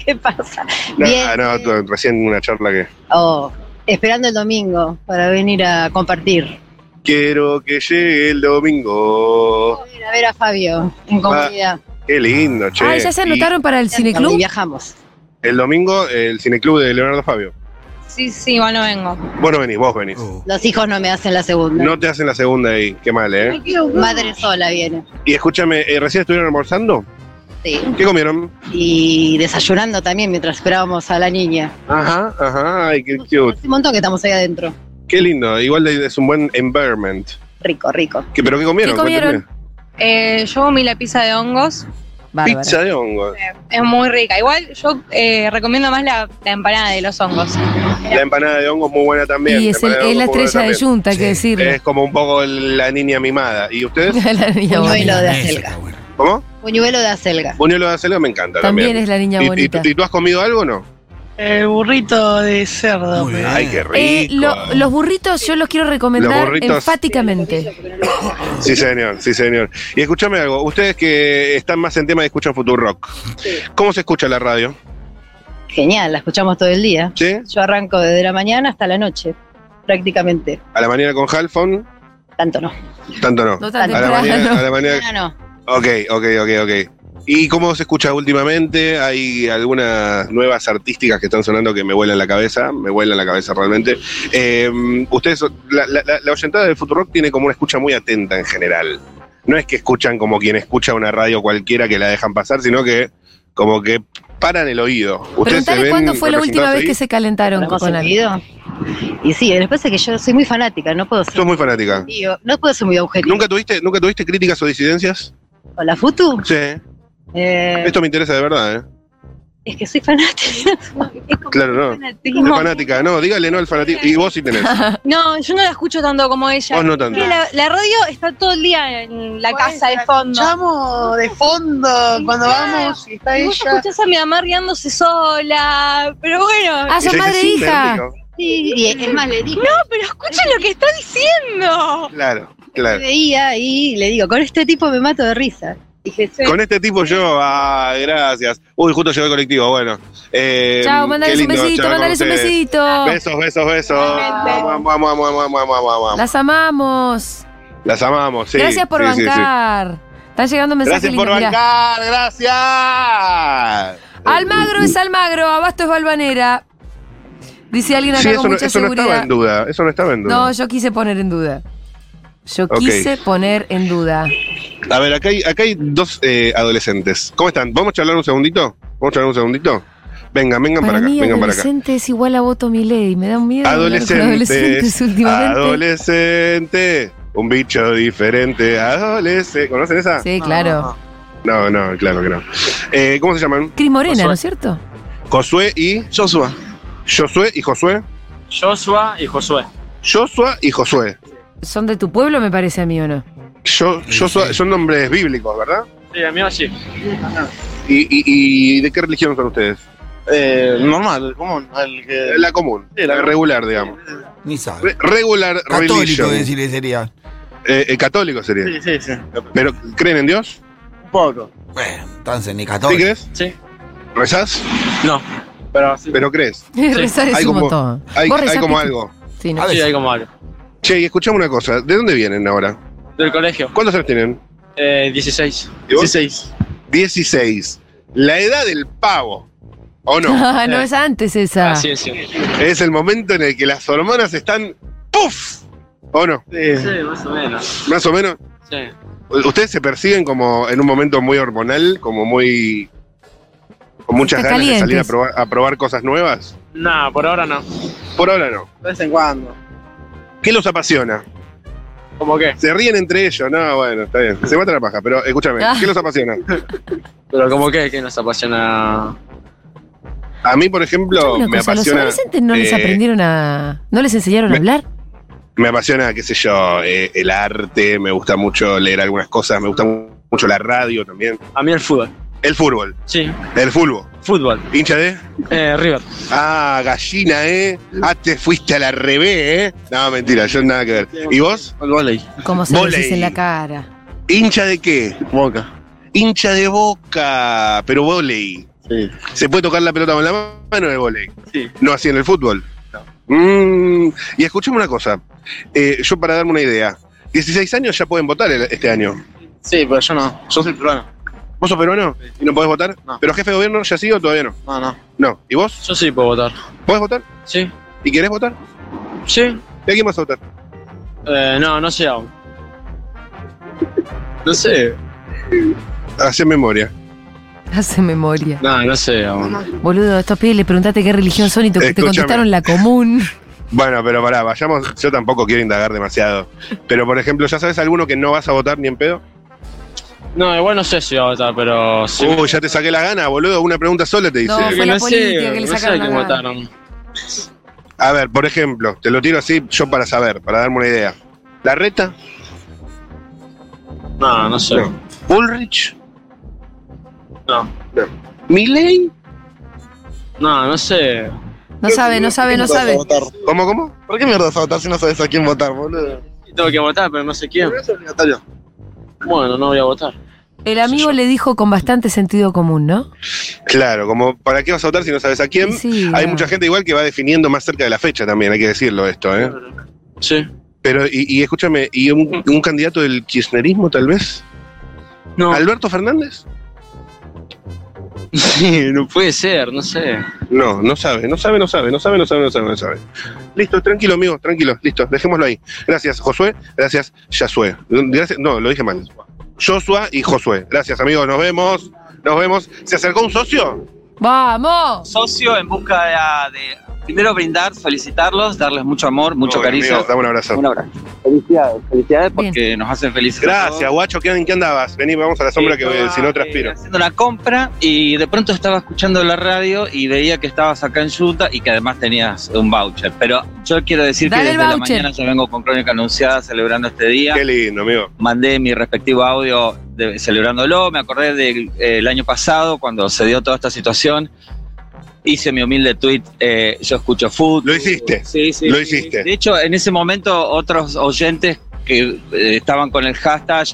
Speaker 5: ¿Qué pasa?
Speaker 3: No,
Speaker 5: Bien. eh,
Speaker 3: no, t- recién una charla que...
Speaker 5: Oh, esperando el domingo para venir a compartir.
Speaker 3: Quiero que llegue el domingo.
Speaker 5: Voy a ir a ver a Fabio
Speaker 3: Ah.
Speaker 5: en comunidad.
Speaker 3: Qué lindo, che.
Speaker 1: Ah, ¿ya se
Speaker 3: Y
Speaker 1: anotaron para el
Speaker 5: Y
Speaker 1: cineclub?
Speaker 5: viajamos.
Speaker 3: El domingo, el cineclub de Leonardo Fabio.
Speaker 6: Sí, sí, igual no vengo.
Speaker 3: Vos no venís, vos venís.
Speaker 2: Oh.
Speaker 5: Los hijos no me hacen la segunda.
Speaker 3: No te hacen la segunda ahí, qué mal, ¿eh?
Speaker 5: Madre sola viene.
Speaker 3: Y escúchame, eh, ¿recién estuvieron almorzando?
Speaker 5: Sí.
Speaker 3: ¿Qué comieron?
Speaker 5: Y desayunando también mientras esperábamos a la niña.
Speaker 3: Ajá, ajá, ay, qué cute.
Speaker 5: Hace un montón que estamos ahí adentro.
Speaker 3: Qué lindo, igual es un buen environment.
Speaker 5: Rico, rico.
Speaker 3: ¿Qué, ¿Pero qué comieron?
Speaker 1: ¿Qué comieron?
Speaker 3: Cuéntame.
Speaker 6: Eh, yo comí la pizza de hongos.
Speaker 1: Bárbara.
Speaker 3: Pizza de hongo.
Speaker 6: Es muy rica. Igual yo eh, recomiendo más la, la empanada de los hongos.
Speaker 3: La empanada de hongo es muy buena también.
Speaker 1: Y es, el-
Speaker 3: empanada de
Speaker 1: es la
Speaker 3: hongo es muy
Speaker 1: estrella de
Speaker 3: buena
Speaker 1: Junta, hay que
Speaker 2: Sí.
Speaker 3: también.
Speaker 1: decirlo.
Speaker 3: Es como un poco el- la niña mimada.
Speaker 1: [LAUGHS]
Speaker 3: ¿Y ustedes?
Speaker 1: La niña
Speaker 5: Buñuelo
Speaker 1: bonita.
Speaker 5: de
Speaker 2: Eso
Speaker 5: acelga.
Speaker 2: está bueno.
Speaker 3: ¿Cómo?
Speaker 5: Buñuelo de acelga.
Speaker 3: Buñuelo de acelga me encanta
Speaker 1: También
Speaker 3: también.
Speaker 1: es la niña
Speaker 3: ¿Y- y,
Speaker 1: bonita.
Speaker 3: tú- y tú has comido algo o no?
Speaker 8: Eh,
Speaker 7: el burrito de cerdo.
Speaker 2: Muy
Speaker 4: Ah.
Speaker 2: bien.
Speaker 3: Ay, qué rico.
Speaker 1: Eh, lo- los burritos yo los quiero recomendar
Speaker 3: Los burritos.
Speaker 1: enfáticamente.
Speaker 3: Sí, señor, sí, señor. Y escúchame algo, ustedes que están más en tema de escuchan Futurock, ¿cómo se escucha la radio?
Speaker 5: Genial, la escuchamos todo el día.
Speaker 3: ¿Sí?
Speaker 5: Yo arranco desde la mañana hasta la noche, prácticamente.
Speaker 3: ¿A la mañana con Halfon?
Speaker 5: Tanto no.
Speaker 3: Tanto no.
Speaker 1: No tan
Speaker 3: A la mañana, a
Speaker 1: temprano.
Speaker 3: la mañana.
Speaker 5: No, no.
Speaker 3: Ok, ok, ok, ok. ¿Y cómo se escucha últimamente? ¿Hay algunas nuevas artísticas que están sonando que me vuelan la cabeza? Me vuelan la cabeza realmente. Eh, ustedes, la, la, la- la oyentada del Futurock tiene como una escucha muy atenta en general. No es que escuchan como quien escucha una radio cualquiera que la dejan pasar, sino que como que paran el oído. Ustedes se
Speaker 1: Preguntale
Speaker 3: ven
Speaker 1: cuándo fue la última
Speaker 3: representados
Speaker 1: vez
Speaker 3: ahí.
Speaker 1: que se calentaron
Speaker 5: ¿Lo hemos
Speaker 1: con algo.
Speaker 5: seguido? Y sí, lo que pasa es que yo soy muy fanática, no puedo ser.
Speaker 3: Sos muy fanática.
Speaker 5: digo, no puedo ser muy objetiva.
Speaker 3: ¿Nunca tuviste, ¿Nunca tuviste críticas o disidencias?
Speaker 5: ¿Con la Futu?
Speaker 3: Sí.
Speaker 5: Eh,
Speaker 3: Esto me interesa de verdad, ¿eh?
Speaker 5: es que soy fanática. Es como
Speaker 3: Claro, no.
Speaker 6: Fanatismo.
Speaker 3: Es fanática, no, dígale no al fanatismo. Y vos sí tenés.
Speaker 6: No, yo no la escucho tanto como ella.
Speaker 3: Vos no tanto.
Speaker 6: Es que la, la radio está todo el día en la casa de fondo.
Speaker 8: escuchamos de fondo cuando vamos y está
Speaker 6: Y vos
Speaker 8: ella.
Speaker 6: escuchás a mi mamá riéndose sola. Pero bueno,
Speaker 1: Ah,
Speaker 3: Ella
Speaker 1: son
Speaker 3: dice,
Speaker 1: madre e
Speaker 3: "Sí,
Speaker 1: hija.
Speaker 3: perfecto".
Speaker 5: Sí, y es más, le dije,
Speaker 6: no, pero escuchen lo que está diciendo.
Speaker 3: Claro,
Speaker 5: me
Speaker 3: claro.
Speaker 5: veía y le digo, con este tipo me mato de risa. Dije, sí.
Speaker 3: Con este tipo yo, ah, gracias. Uy, justo llegó el colectivo, bueno. Eh,
Speaker 1: Chao,
Speaker 3: qué
Speaker 1: mandales un
Speaker 3: lindo
Speaker 1: besito,
Speaker 3: charlar con
Speaker 1: mandales un
Speaker 3: ustedes.
Speaker 1: besito.
Speaker 3: Besos, besos, besos.
Speaker 6: Igualmente.
Speaker 3: Vamos, vamos, vamos, vamos, vamos, vamos.
Speaker 1: Las amamos.
Speaker 3: Las amamos, sí.
Speaker 1: Gracias por
Speaker 3: sí, sí, sí.
Speaker 1: bancar. Están llegando mensajes
Speaker 3: Gracias por
Speaker 1: lindos, mirá.
Speaker 3: bancar, gracias.
Speaker 1: Almagro es Almagro, Abasto es Balvanera. Dice alguien acá
Speaker 3: Sí, eso,
Speaker 1: con
Speaker 3: no,
Speaker 1: mucha
Speaker 3: eso no estaba
Speaker 1: seguridad.
Speaker 3: en duda, eso no estaba en duda.
Speaker 1: No, yo quise poner en duda. Yo
Speaker 3: Ok.
Speaker 1: quise poner en duda.
Speaker 3: A ver, acá hay, acá hay dos eh, adolescentes. ¿Cómo están? ¿Vamos a charlar un segundito? ¿Vamos a charlar un segundito? Vengan, vengan para,
Speaker 1: Para
Speaker 3: acá,
Speaker 1: mí,
Speaker 3: vengan para acá.
Speaker 1: adolescente es igual a voto Milei. Me da un miedo. hablar con
Speaker 3: Adolescentes. Ah,
Speaker 1: adolescentes últimamente.
Speaker 3: Adolescente. Un bicho diferente. Adolescente. ¿Conocen esa?
Speaker 1: sí, claro.
Speaker 3: No, no, claro que no. Eh, ¿Cómo se llaman?
Speaker 1: Cris Morena, ¿no es cierto?
Speaker 3: Josué y.
Speaker 7: Joshua.
Speaker 3: Josué y Josué.
Speaker 9: Joshua y Josué.
Speaker 3: Josué y Josué.
Speaker 1: Son de tu pueblo, me parece a mí, ¿o no? [LAUGHS]
Speaker 3: Yo, Josué- son nombres bíblicos, ¿verdad?
Speaker 9: Sí, el mío sí.
Speaker 3: ¿Y, y, y de qué religión son ustedes? Eh,
Speaker 9: Eh, normal, común. El que...
Speaker 3: La común,
Speaker 9: Sí,
Speaker 3: la
Speaker 9: la común.
Speaker 3: regular, digamos.
Speaker 2: Ni sabe.
Speaker 3: Re- regular
Speaker 2: Católico,
Speaker 3: religion.
Speaker 2: decirle sería.
Speaker 3: Eh, eh, católico sería.
Speaker 9: Sí, sí, sí.
Speaker 3: ¿Pero creen en Dios?
Speaker 9: Un poco.
Speaker 2: Bueno, entonces ni
Speaker 3: ¿Sí
Speaker 2: católico.
Speaker 3: crees?
Speaker 9: Sí.
Speaker 3: ¿Rezás?
Speaker 9: No. Pero sí.
Speaker 3: ¿Pero crees?
Speaker 1: Rezar es
Speaker 3: Hay
Speaker 1: un
Speaker 3: como-
Speaker 1: montón.
Speaker 3: Hay,
Speaker 1: ¿Vos
Speaker 3: hay
Speaker 1: rezás,
Speaker 3: como
Speaker 1: Pitu?
Speaker 3: algo.
Speaker 1: Sí, no. [LAUGHS]
Speaker 2: A
Speaker 9: Sí,
Speaker 2: veces.
Speaker 9: hay como algo.
Speaker 3: Che, y escuchame una cosa. ¿De dónde vienen ahora?
Speaker 9: Del colegio.
Speaker 3: ¿Cuántos años tienen?
Speaker 9: Eh, 16.
Speaker 3: ¿Y vos?
Speaker 9: 16.
Speaker 3: 16. La edad del pavo.
Speaker 1: [LAUGHS]
Speaker 3: ¿O no?
Speaker 1: Ah, no es antes esa.
Speaker 9: Así es, sí. Sí,
Speaker 3: es el momento en el que las hormonas están ¡puf! ¿O no?
Speaker 9: más o menos.
Speaker 3: Más o menos.
Speaker 9: Sí.
Speaker 3: Ustedes se perciben como en un momento muy hormonal, como muy. con muchas
Speaker 1: Está
Speaker 3: ganas de salir a
Speaker 1: calientes.
Speaker 3: probar, a probar cosas nuevas.
Speaker 9: No, por ahora no.
Speaker 3: Por ahora no.
Speaker 8: De vez en cuando.
Speaker 3: ¿Qué los apasiona?
Speaker 9: ¿Cómo qué?
Speaker 3: Se ríen entre ellos. No, bueno, está bien. Se mata la paja, pero escúchame.
Speaker 1: Ah.
Speaker 3: ¿Qué los apasiona?
Speaker 9: Pero ¿cómo qué? ¿Qué nos apasiona?
Speaker 3: A mí, por
Speaker 1: Escuchame
Speaker 3: ejemplo,
Speaker 1: una
Speaker 3: me
Speaker 1: cosa, ¿Los
Speaker 3: apasiona.
Speaker 1: adolescentes no les
Speaker 3: eh,
Speaker 1: aprendieron a. ¿No les enseñaron
Speaker 3: me-
Speaker 1: a hablar?
Speaker 3: me apasiona, qué sé yo, eh, el arte, me gusta mucho leer algunas cosas, me gusta mu- mucho la radio también.
Speaker 9: A mí el fútbol.
Speaker 3: El fútbol,
Speaker 9: Sí,
Speaker 3: el fútbol.
Speaker 9: fútbol.
Speaker 3: ¿Hincha de?
Speaker 9: Eh, River.
Speaker 3: Ah, gallina, ¿eh? Ah, te fuiste a la revés, ¿eh? No, mentira, yo nada que ver. ¿Y vos?
Speaker 9: El volei.
Speaker 1: Como se
Speaker 3: Voley.
Speaker 1: les dice en la cara. [LAUGHS]
Speaker 3: ¿Hincha de qué?
Speaker 9: Boca.
Speaker 3: Hincha de boca, pero volei.
Speaker 9: Sí.
Speaker 3: ¿Se puede tocar la pelota con la mano en el volei?
Speaker 9: Sí.
Speaker 3: No así en el fútbol.
Speaker 9: No.
Speaker 3: Mm, y escuchame una cosa. Eh, yo para darme una idea. 16 años ya pueden votar el- este año.
Speaker 9: Sí, pero yo no. Yo soy peruano.
Speaker 3: ¿Vos sos peruano?
Speaker 9: Sí.
Speaker 3: ¿Y no podés votar?
Speaker 9: No.
Speaker 3: ¿Pero jefe de gobierno ya sí o todavía no?
Speaker 9: No, no.
Speaker 3: No. ¿Y vos?
Speaker 9: Yo sí puedo votar.
Speaker 3: ¿Podés votar?
Speaker 9: Sí.
Speaker 3: ¿Y querés votar?
Speaker 9: Sí.
Speaker 3: ¿Y a quién vas a votar?
Speaker 9: Eh, no, no sé aún. No sé.
Speaker 3: Hacé memoria.
Speaker 1: Hace memoria.
Speaker 9: No, no sé aún.
Speaker 1: Boludo, a estos pibes le preguntaste qué religión son y te, te
Speaker 3: Escúchame.
Speaker 1: contestaron la
Speaker 3: [LAUGHS]
Speaker 1: común.
Speaker 3: Bueno, pero pará, vayamos. Yo tampoco quiero indagar demasiado. Pero por ejemplo, ¿ya sabes alguno que no vas a votar ni en pedo?
Speaker 9: No, igual no sé si voy a votar, pero sí.
Speaker 3: Uy, ya te saqué la gana, boludo. Una pregunta sola te dice.
Speaker 1: No, fue
Speaker 9: Porque
Speaker 1: la
Speaker 9: no
Speaker 1: política
Speaker 9: sé,
Speaker 1: que le
Speaker 9: no sé
Speaker 1: sacaron
Speaker 9: a quién
Speaker 1: la-
Speaker 9: votaron.
Speaker 3: A ver, por ejemplo, te lo tiro así yo para saber, para darme una idea. ¿La reta?
Speaker 9: No, no sé.
Speaker 3: No. ¿Ulrich?
Speaker 9: No.
Speaker 3: ¿Miley?
Speaker 9: No, no sé.
Speaker 1: No sabe, no sabe, no sabe.
Speaker 3: ¿Cómo, cómo?
Speaker 8: ¿Por qué mierda vas a votar si no sabes a quién votar, boludo?
Speaker 9: Sí, Tengo que votar, pero no sé quién.
Speaker 8: es obligatorio.
Speaker 9: Bueno, no voy a votar.
Speaker 1: El amigo le dijo con bastante sentido común, ¿no?
Speaker 3: Claro, como ¿para qué vas a votar si no sabes a quién?
Speaker 1: Sí,
Speaker 3: Hay
Speaker 1: claro.
Speaker 3: mucha gente igual que va definiendo más cerca de la fecha también, hay que decirlo esto, ¿eh?
Speaker 9: Sí.
Speaker 3: Pero, y, y escúchame, ¿y un, un candidato del kirchnerismo tal vez?
Speaker 9: No.
Speaker 3: ¿Alberto Fernández?
Speaker 9: Sí, no puede ser, no sé.
Speaker 3: No, no sabe, no sabe, no sabe, no sabe, no sabe, no sabe, no sabe. Listo, tranquilo, amigos, tranquilo, listo, dejémoslo ahí. Gracias, Josué, gracias, Yasué. Gracias, no, lo dije mal. Joshua y Josué. Gracias, amigos, nos vemos, nos vemos. ¿Se acercó un socio?
Speaker 1: ¡Vamos!
Speaker 10: socio en busca de, de- primero brindar, felicitarlos, darles mucho amor, mucho
Speaker 3: Oh,
Speaker 10: cariño.
Speaker 3: amigo, Dame un abrazo.
Speaker 10: Un abrazo. Felicidades, felicidades porque nos hacen felices. a
Speaker 3: Gracias,
Speaker 10: todos.
Speaker 3: guacho, ¿qué, ¿en qué andabas? Vení, vamos a la sombra que
Speaker 10: Estaba,
Speaker 3: si no
Speaker 10: eh,
Speaker 3: transpiro.
Speaker 10: haciendo una compra y de pronto estaba escuchando la radio y veía que estabas acá en Utah y que además tenías un voucher. Pero yo quiero decir
Speaker 1: Dale
Speaker 10: que
Speaker 1: el
Speaker 10: desde la
Speaker 1: voucher.
Speaker 10: mañana yo vengo con Crónica Anunciada celebrando este día.
Speaker 3: Qué lindo, amigo.
Speaker 10: mandé mi respectivo audio de- celebrándolo. Me acordé del eh, el año pasado cuando se dio toda esta situación. Hice mi humilde tweet, eh, yo escucho fútbol.
Speaker 3: Lo hiciste,
Speaker 10: Sí, sí.
Speaker 3: lo
Speaker 10: sí.
Speaker 3: hiciste.
Speaker 10: De hecho, en ese momento otros oyentes que eh, estaban con el hashtag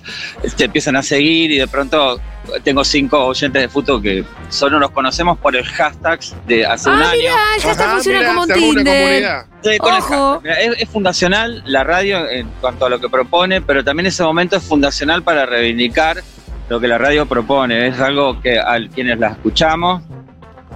Speaker 10: eh, te empiezan a seguir y de pronto tengo cinco oyentes de fútbol que solo nos conocemos por el hashtag de hace un
Speaker 1: Ah,
Speaker 10: año.
Speaker 1: mirá, ya está
Speaker 3: Ajá,
Speaker 1: funciona
Speaker 3: mirá,
Speaker 1: como un
Speaker 3: se armó una
Speaker 1: Tinder.
Speaker 3: comunidad.
Speaker 10: Sí, con el
Speaker 1: Ojo.
Speaker 10: hashtag. Mira, Es, es fundacional la radio en cuanto a lo que propone, pero también ese momento es fundacional para reivindicar lo que la radio propone. Es algo que a quienes la escuchamos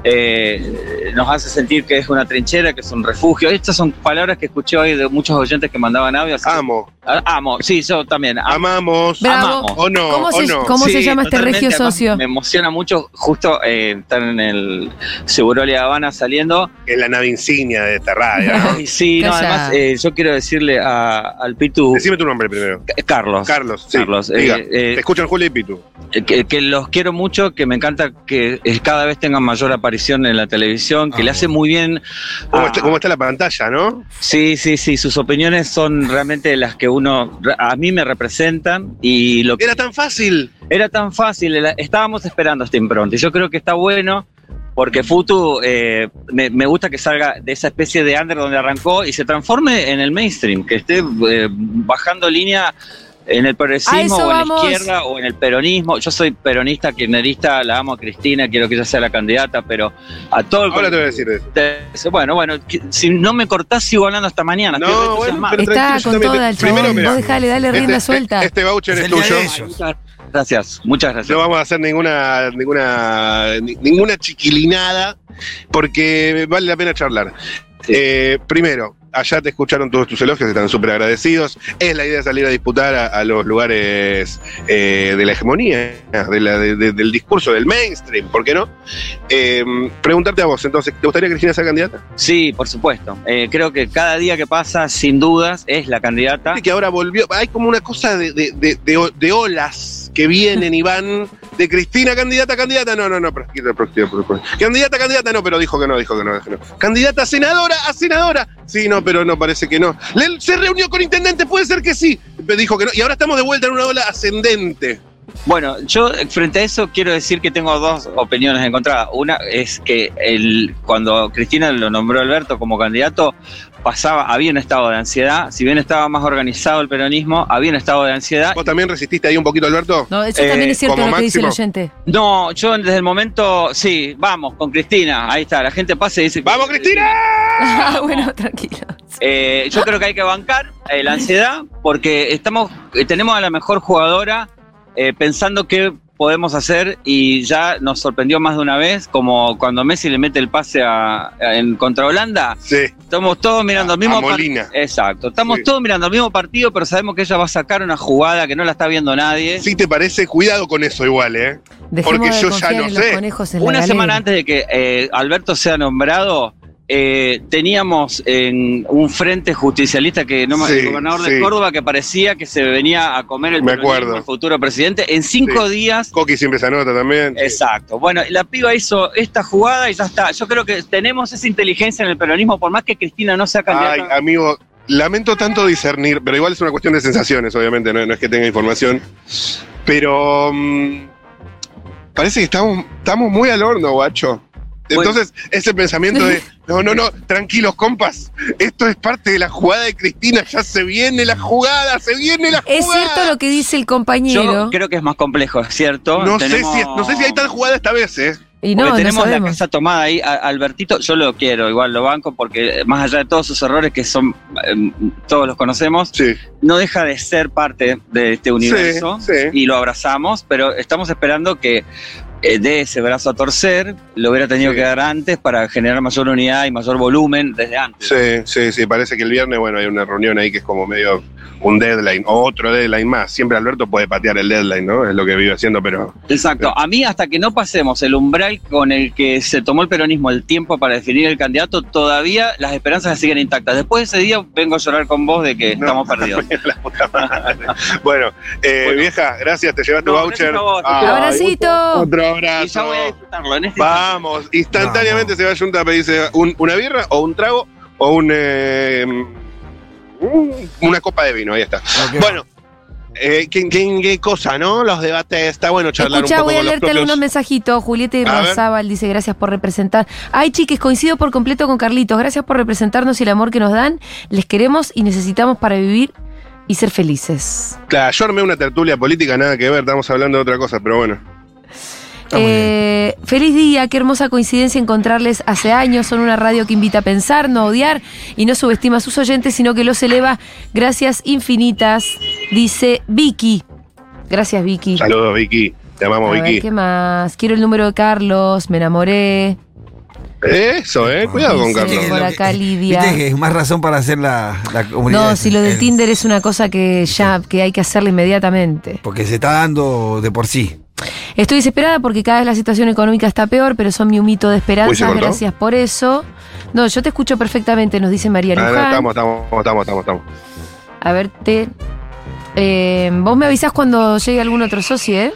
Speaker 10: eh, nos hace sentir que es una trinchera, que es un refugio. Estas son palabras que escuché hoy de muchos oyentes que mandaban audio. así que-
Speaker 3: Amo,
Speaker 10: Ah, amo, sí, yo también. Amo.
Speaker 3: amamos.
Speaker 1: Bravo.
Speaker 10: Amamos.
Speaker 3: O no,
Speaker 1: ¿Cómo,
Speaker 3: o
Speaker 1: se,
Speaker 3: no.
Speaker 1: cómo se
Speaker 10: Sí,
Speaker 1: llama este
Speaker 10: totalmente.
Speaker 1: regio
Speaker 10: Además,
Speaker 1: socio?
Speaker 10: Me emociona mucho justo eh, estar en el Segurolia Habana saliendo.
Speaker 3: Es la nave insignia de esta radio.
Speaker 10: [LAUGHS]
Speaker 3: ¿no?
Speaker 10: Ay, sí, no,
Speaker 1: Calla.
Speaker 10: además eh, yo quiero decirle a, al Pitu
Speaker 3: Decime tu nombre primero.
Speaker 10: C- Carlos,
Speaker 3: Carlos, sí,
Speaker 10: Carlos, eh,
Speaker 3: diga.
Speaker 10: eh,
Speaker 3: Te escuchan Julio y Pitu.
Speaker 10: que, que los quiero mucho, que me encanta que eh, cada vez tengan mayor aparición en la televisión, que le hace muy bien.
Speaker 3: Ah, ¿Cómo,
Speaker 10: a-
Speaker 3: está, cómo está la pantalla, no?
Speaker 10: Sí, sí, sí, sus opiniones son realmente las que uno, a mí me representan y lo que
Speaker 3: Era tan fácil.
Speaker 10: era tan fácil, era- estábamos esperando este impronta y yo creo que está bueno. Porque Futu eh, me, me gusta que salga de esa especie de under donde arrancó y se transforme en el mainstream, que esté eh, bajando línea en
Speaker 1: A
Speaker 10: el
Speaker 1: eso
Speaker 10: progresismo o en
Speaker 1: vamos.
Speaker 10: la izquierda o en el peronismo. Yo soy peronista, kirchnerista, la amo a Cristina, quiero que ella sea la candidata, pero a todo el
Speaker 3: Ahora te voy a decir eso.
Speaker 10: colectivo- Bueno, bueno, que- si no me cortás sigo hablando hasta mañana.
Speaker 3: No,
Speaker 10: estoy re
Speaker 3: bueno,
Speaker 10: entusiasmado.
Speaker 3: pero
Speaker 1: Está
Speaker 3: tranquilo, yo
Speaker 1: con
Speaker 3: también te-
Speaker 1: toda el
Speaker 3: primero,
Speaker 1: chabón.
Speaker 3: mirá.
Speaker 1: Vos dejale, dale rienda
Speaker 3: este,
Speaker 1: suelta.
Speaker 3: Este voucher
Speaker 2: Es
Speaker 3: es,
Speaker 2: el día
Speaker 3: tuyo.
Speaker 2: de ellos.
Speaker 10: Muchas gracias, muchas gracias.
Speaker 3: No vamos a hacer ninguna, ninguna, ni- ninguna chiquilinada porque vale la pena charlar.
Speaker 10: Sí.
Speaker 3: Eh, primero, allá te escucharon todos tus elogios, están súper agradecidos. Es la idea salir a disputar a, a los lugares eh, de la hegemonía, de la- de- de- del discurso, del mainstream, ¿por qué no? Eh, preguntarte a vos, entonces, ¿te gustaría que Cristina sea candidata?
Speaker 10: Sí, por supuesto. Eh, creo que cada día que pasa, sin dudas, es la
Speaker 3: Ah.
Speaker 10: candidata.
Speaker 3: Viste que ahora volvió, hay como una cosa de, de- de- de o- de olas que vienen y van, de Cristina, candidata, candidata, no, no, no, pero- pero- pero- pero- pero- candidata, candidata, no, pero dijo que no, dijo que no, dijo que no. Candidata a senadora, a senadora, sí, no, pero no, parece que no. Le- se reunió con intendente, puede ser que sí, pero dijo que no, y ahora estamos de vuelta en una ola ascendente.
Speaker 10: Bueno, yo eh, frente a eso quiero decir que tengo dos opiniones encontradas. Una es que el, cuando Cristina lo nombró Alberto como candidato, pasaba, había un estado de ansiedad. Si bien estaba más organizado el peronismo, había un estado de ansiedad.
Speaker 3: ¿Vos también resististe ahí un poquito, Alberto?
Speaker 1: No, eso
Speaker 10: Eh,
Speaker 1: también es cierto lo
Speaker 3: como
Speaker 1: que dice el
Speaker 3: máximo.
Speaker 1: oyente. [LAUGHS]
Speaker 10: No, yo desde el momento, sí, vamos, con Cristina, ahí está, la gente pasa y dice...
Speaker 3: ¡Vamos, Cristina!
Speaker 1: Ah, bueno, tranquilo.
Speaker 10: Eh, yo creo que hay que bancar eh, la ansiedad porque estamos, eh, tenemos a la mejor jugadora eh, pensando qué podemos hacer y ya nos sorprendió más de una vez, como cuando Messi le mete el pase a, a- en contra Holanda.
Speaker 3: Sí.
Speaker 10: Estamos todos mirando
Speaker 3: A-
Speaker 10: el mismo
Speaker 3: a
Speaker 10: par-
Speaker 3: Molina.
Speaker 10: Exacto, estamos
Speaker 3: Sí.
Speaker 10: todos mirando el mismo partido, pero sabemos que ella va a sacar una jugada que no la está viendo nadie.
Speaker 3: Sí, te parece, cuidado con eso igual, ¿eh?
Speaker 1: Dejemos
Speaker 3: Porque
Speaker 1: de
Speaker 3: yo ya
Speaker 1: confiar
Speaker 3: no
Speaker 1: en los
Speaker 3: sé.
Speaker 1: conejos en la
Speaker 10: Una
Speaker 1: galera.
Speaker 10: semana antes de que eh, Alberto sea nombrado, eh, teníamos en un frente justicialista que no me-
Speaker 3: Sí,
Speaker 10: el gobernador
Speaker 3: sí.
Speaker 10: de Córdoba que parecía que se venía a comer el,
Speaker 3: Me
Speaker 10: peronismo
Speaker 3: acuerdo.
Speaker 10: al futuro presidente en cinco días.
Speaker 3: Coqui siempre se anota también.
Speaker 10: Exacto. Bueno, la piba hizo esta jugada y ya está. Yo creo que tenemos esa inteligencia en el peronismo, por más que Cristina no sea
Speaker 3: Ay,
Speaker 10: candidata.
Speaker 3: amigo, lamento tanto discernir, pero igual es una cuestión de sensaciones, obviamente, no, no es que tenga información. Pero mm, parece que estamos, estamos muy al horno, guacho.
Speaker 10: Bueno.
Speaker 3: Entonces, ese pensamiento
Speaker 10: [LAUGHS]
Speaker 3: de, no, no, no, tranquilos, compas, esto es parte de la jugada de Cristina, ya se viene la jugada, se viene la
Speaker 1: Es
Speaker 3: jugada.
Speaker 1: cierto lo que dice el
Speaker 10: Yo
Speaker 1: compañero.
Speaker 10: creo que es más complejo, ¿es ¿cierto?
Speaker 3: no,
Speaker 10: Tenemos-
Speaker 3: sé si, no sé si hay tan jugada esta vez, ¿eh?
Speaker 1: Y
Speaker 10: Porque
Speaker 1: no, no
Speaker 10: tenemos la
Speaker 1: sabemos.
Speaker 10: casa tomada ahí, a- Albertito, yo lo quiero, igual lo banco, porque eh, más allá de todos sus errores, que son eh, todos los conocemos,
Speaker 3: Sí.
Speaker 10: no deja de ser parte de este universo
Speaker 3: sí.
Speaker 10: y lo abrazamos, pero estamos esperando que eh, dé ese brazo a torcer, lo hubiera tenido
Speaker 3: Sí.
Speaker 10: que dar antes para generar mayor unidad y mayor volumen desde antes.
Speaker 3: Sí, sí, sí, parece que el viernes, bueno, hay una reunión ahí que es como medio un deadline, o otro deadline más. Siempre Alberto puede patear el deadline, ¿no? Es lo que vive haciendo, pero [LAUGHS]
Speaker 10: Exacto, a mí hasta que no pasemos el umbral con el que se tomó el peronismo el tiempo para definir el candidato, todavía las esperanzas siguen intactas. Después de ese día vengo a llorar con vos de que
Speaker 3: No.
Speaker 10: estamos
Speaker 3: [LAUGHS]
Speaker 10: perdidos.
Speaker 3: bueno, eh, vieja, gracias, te llevas tu
Speaker 10: No,
Speaker 3: voucher.
Speaker 10: gracias a vos,
Speaker 3: Ay,
Speaker 10: te-
Speaker 1: Abracito.
Speaker 3: Otro
Speaker 10: Y ya
Speaker 3: abrazo.
Speaker 10: voy a disfrutarlo. En este
Speaker 3: Vamos, instantáneamente se va a Junta a pedirse un- una birra o un trago o un, eh, un- una copa de vino, ahí está. Bueno, eh, ¿qué, qué, qué cosa, ¿no? Los debates, está bueno charlar
Speaker 1: Escucha,
Speaker 3: un poco
Speaker 1: voy a
Speaker 3: con los
Speaker 1: leerte
Speaker 3: propios-
Speaker 1: algunos mensajitos. Julieta
Speaker 3: A ver.
Speaker 1: Rosábal dice, gracias por representar. Ay, chiques, coincido por completo con Carlitos. Gracias por representarnos y el amor que nos dan. Les queremos y necesitamos para vivir y ser felices.
Speaker 3: Claro, yo armé una tertulia política, nada que ver, estamos hablando de otra cosa, pero bueno.
Speaker 2: Está muy
Speaker 1: Eh, feliz día, qué hermosa coincidencia encontrarles hace años. Son una radio que invita a pensar, no a odiar y no subestima a sus oyentes, sino que los eleva. Gracias infinitas, dice Vicky. Gracias, Vicky.
Speaker 3: Saludos, Vicky. Te amamos,
Speaker 1: A ver,
Speaker 3: Vicky.
Speaker 1: ¿qué más? Quiero el número de Carlos, me enamoré.
Speaker 3: Eso, eh. Cuidado con
Speaker 1: Dice
Speaker 3: Carlos.
Speaker 1: por acá Lidia.
Speaker 2: Viste que es más razón para hacer la, la comunidad.
Speaker 1: No, si lo del
Speaker 2: El-
Speaker 1: Tinder es una cosa que ya que hay que hacerla inmediatamente.
Speaker 2: Porque se está dando de por sí.
Speaker 1: Estoy desesperada porque cada vez la situación económica está peor, pero son mi humito de
Speaker 3: Uy, ¿se
Speaker 1: esperanza.
Speaker 3: cortó?
Speaker 1: Gracias por eso. No, yo te escucho perfectamente, nos dice María
Speaker 3: Ah, no,
Speaker 1: Luján.
Speaker 3: estamos, estamos, estamos, estamos, estamos.
Speaker 1: A verte. Eh, vos me avisás cuando llegue algún otro socio, ¿eh?